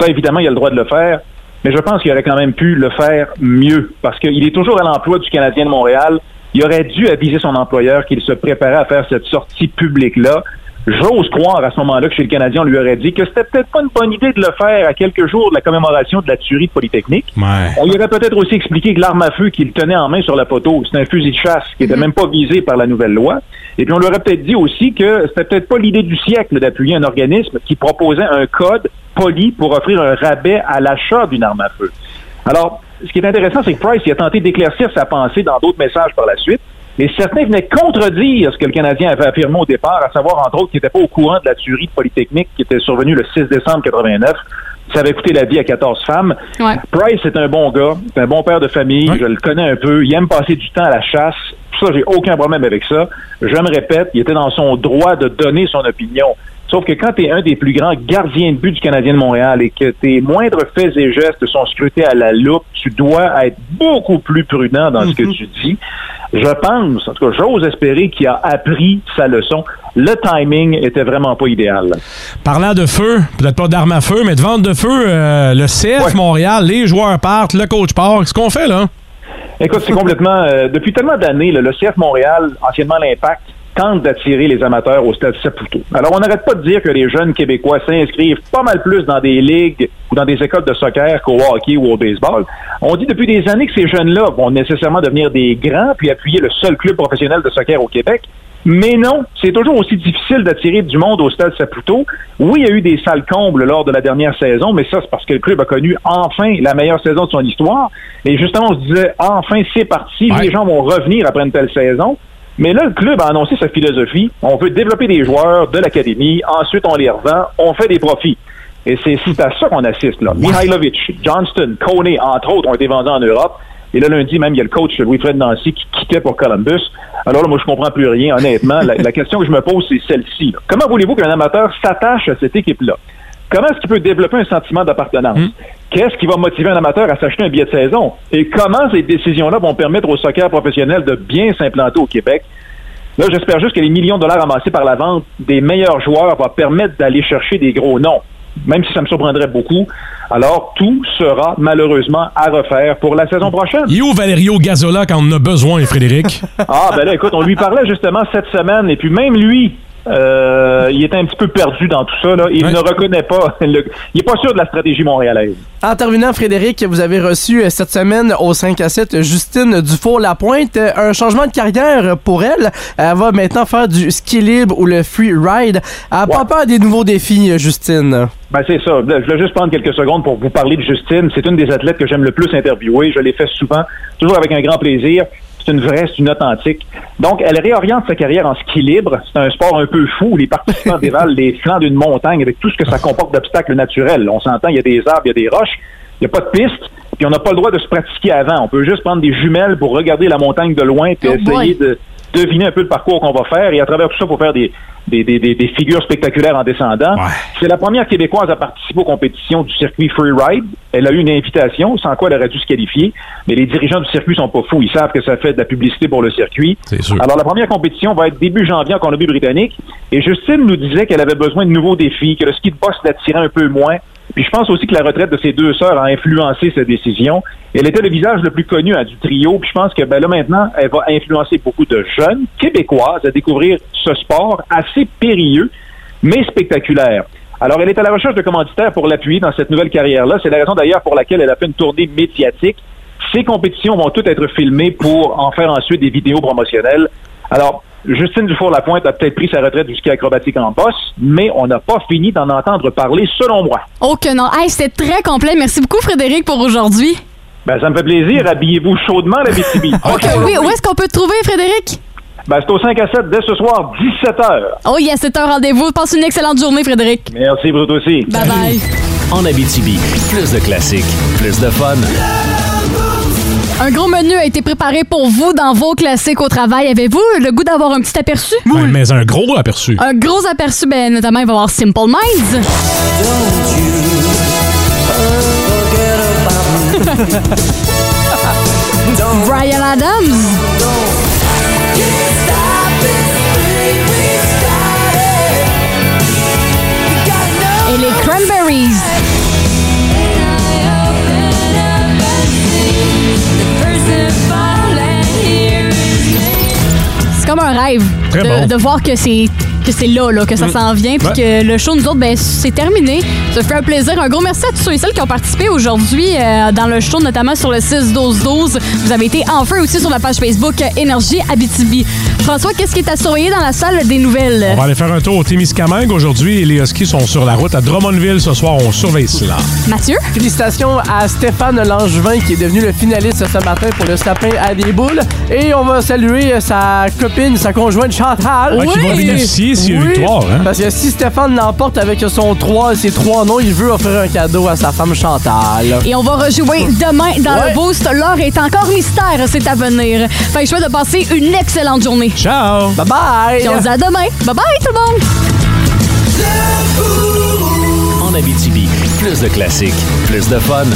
Ça, évidemment, il a le droit de le faire. Mais je pense qu'il aurait quand même pu le faire mieux parce qu'il est toujours à l'emploi du Canadien de Montréal. Il aurait dû aviser son employeur qu'il se préparait à faire cette sortie publique-là. J'ose croire à ce moment-là que chez le Canadien, on lui aurait dit que c'était peut-être pas une bonne idée de le faire à quelques jours de la commémoration de la tuerie de Polytechnique. On lui aurait peut-être aussi expliqué que l'arme à feu qu'il tenait en main sur la poteau, c'était un fusil de chasse qui n'était même pas visé par la nouvelle loi. Et puis on lui aurait peut-être dit aussi que c'était peut-être pas l'idée du siècle d'appuyer un organisme qui proposait un code poli pour offrir un rabais à l'achat d'une arme à feu. Alors, ce qui est intéressant, c'est que Price il a tenté d'éclaircir sa pensée dans d'autres messages par la suite, mais certains venaient contredire ce que le Canadien avait affirmé au départ, à savoir, entre autres, qu'il n'était pas au courant de la tuerie de Polytechnique qui était survenue le 6 décembre 89. ça avait coûté la vie à 14 femmes. Price est un bon gars, c'est un bon père de famille, je le connais un peu, il aime passer du temps à la chasse. Tout ça, j'ai aucun problème avec ça. Je me répète, il était dans son droit de donner son opinion. Sauf que quand tu es un des plus grands gardiens de but du Canadien de Montréal et que tes moindres faits et gestes sont scrutés à la loupe, tu dois être beaucoup plus prudent dans ce que tu dis. Je pense, en tout cas, j'ose espérer qu'il a appris sa leçon. Le timing était vraiment pas idéal.
Parlant de feu, peut-être pas d'armes à feu, mais de vente de feu, euh, le CF Montréal, les joueurs partent, le coach part. Qu'est-ce qu'on fait là?
Écoute, c'est complètement. euh, depuis tellement d'années, là, le CF Montréal, anciennement l'Impact, tente d'attirer les amateurs au stade Saputo. Alors, on n'arrête pas de dire que les jeunes Québécois s'inscrivent pas mal plus dans des ligues ou dans des écoles de soccer qu'au hockey ou au baseball. On dit depuis des années que ces jeunes-là vont nécessairement devenir des grands puis appuyer le seul club professionnel de soccer au Québec. Mais non, c'est toujours aussi difficile d'attirer du monde au stade Saputo. Oui, il y a eu des salles combles lors de la dernière saison, mais ça, c'est parce que le club a connu enfin la meilleure saison de son histoire. Et justement, on se disait, enfin, c'est parti, les gens vont revenir après une telle saison. Mais là, le club a annoncé sa philosophie. On veut développer des joueurs de l'académie, ensuite on les revend, on fait des profits. Et c'est c'est à ça qu'on assiste. Là. Mihailovic, Johnston, Coney, entre autres, ont été vendus en Europe. Et là, lundi, même, il y a le coach Louis-Fred Nancy qui quittait pour Columbus. Alors là, moi, je comprends plus rien, honnêtement. La, la question que je me pose, c'est celle-ci. là. Comment voulez-vous qu'un amateur s'attache à cette équipe-là? Comment est-ce qu'il peut développer un sentiment d'appartenance? Qu'est-ce qui va motiver un amateur à s'acheter un billet de saison? Et comment ces décisions-là vont permettre au soccer professionnel de bien s'implanter au Québec? Là, j'espère juste que les millions de dollars amassés par la vente des meilleurs joueurs va permettre d'aller chercher des gros noms, même si ça me surprendrait beaucoup. Alors, tout sera malheureusement à refaire pour la saison prochaine.
You Valerio Gazola quand on en a besoin, Frédéric.
Ah, ben là, écoute, on lui parlait justement cette semaine, et puis même lui, euh, il était un petit peu perdu dans tout ça. Là. *laughs* Il ne reconnaît pas. le- il n'est pas sûr de la stratégie montréalaise.
En terminant, Frédéric, vous avez reçu euh, cette semaine au 5 à 7 Justine Dufour-Lapointe. Euh, Un changement de carrière euh, pour elle. Elle va maintenant faire du ski libre ou le free ride. Elle n'a pas peur des nouveaux défis, euh, Justine.
Ben c'est ça. Là, Je voulais juste prendre quelques secondes pour vous parler de Justine. C'est une des athlètes que j'aime le plus interviewer. Je l'ai fait souvent, toujours avec un grand plaisir. C'est une vraie, c'est une authentique. Donc, elle réoriente sa carrière en ski libre. C'est un sport un peu fou. Les participants dévalent les flancs d'une montagne avec tout ce que ça comporte d'obstacles naturels. On s'entend, il y a des arbres, il y a des roches, il n'y a pas de piste, puis on n'a pas le droit de se pratiquer avant. On peut juste prendre des jumelles pour regarder la montagne de loin puis
Oh boy.
essayer de deviner un peu le parcours qu'on va faire. Et à travers tout ça, pour faire des, des, des- des- des figures spectaculaires en descendant. C'est la première Québécoise à participer aux compétitions du circuit Freeride. Elle a eu une invitation, sans quoi elle aurait dû se qualifier. Mais les dirigeants du circuit sont pas fous. Ils savent que ça fait de la publicité pour le circuit. Alors, la première compétition va être début janvier en Colombie-Britannique. Et Justine nous disait qu'elle avait besoin de nouveaux défis, que le ski de boss l'attirait un peu moins. Puis je pense aussi que la retraite de ses deux sœurs a influencé sa décision. Elle était le visage le plus connu hein, du trio. Puis je pense que ben, là maintenant, elle va influencer beaucoup de jeunes québécoises à découvrir ce sport assez périlleux, mais spectaculaire. Alors, elle est à la recherche de commanditaires pour l'appuyer dans cette nouvelle carrière-là. C'est la raison d'ailleurs pour laquelle elle a fait une tournée médiatique. Ces compétitions vont toutes être filmées pour en faire ensuite des vidéos promotionnelles. Alors, Justine Dufour-Lapointe a peut-être pris sa retraite du ski acrobatique en bosse, mais on n'a pas fini d'en entendre parler, selon moi.
Oh que non. Hey, c'était très complet. Merci beaucoup, Frédéric, pour aujourd'hui.
Ben, ça me fait plaisir. Habillez-vous chaudement, la BTB.
OK, oui. Où est-ce qu'on peut te trouver, Frédéric?
Ben, c'est au 5 à 7 dès ce soir, 17h.
Oh yes, c'est un rendez-vous. Passe une excellente journée, Frédéric.
Merci, Bruno aussi.
Bye bye.
En Abitibi, plus de classiques, plus de fun.
Un gros menu a été préparé pour vous dans vos classiques au travail. Avez-vous le goût d'avoir un petit aperçu?
Ouais, Ben, mais un gros aperçu.
Un gros aperçu, ben, notamment, il va y avoir Simple Minds.
*laughs*
Brian Adams. Et les Cranberries. C'est comme un rêve
Très
de,
bon.
de voir que c'est que c'est là, là, que ça
Mm.
s'en vient, puis
Ouais.
que le show, nous autres, ben, c'est terminé. Ça fait un plaisir. Un gros merci à tous ceux et celles qui ont participé aujourd'hui euh, dans le show, notamment sur le 6-12-12. Vous avez été en feu aussi sur la page Facebook euh, Énergie Abitibi. François, qu'est-ce qui est à surveiller dans la salle des nouvelles?
On va aller faire un tour au Témiscamingue aujourd'hui et les Huskies sont sur la route à Drummondville ce soir. On surveille cela.
Mathieu?
Félicitations à Stéphane Langevin qui est devenu le finaliste ce matin pour le sapin à des boules. Et on va saluer euh, sa copine, sa conjointe Chantal.
Ouais, Ah, qui vont bénéficier s'il y a
Oui,
victoire. Hein?
Parce que si Stéphane l'emporte avec son 3, ses trois noms, il veut offrir un cadeau à sa femme Chantal.
Et on va rejouer demain dans
Ouais.
le Boost. L'heure est encore mystère, c'est à venir. Fait que je souhaite de passer une excellente journée.
Ciao!
Bye-bye!
Puis on se dit à demain. Bye-bye tout le monde!
En Abitibi, plus de classiques, plus de fun.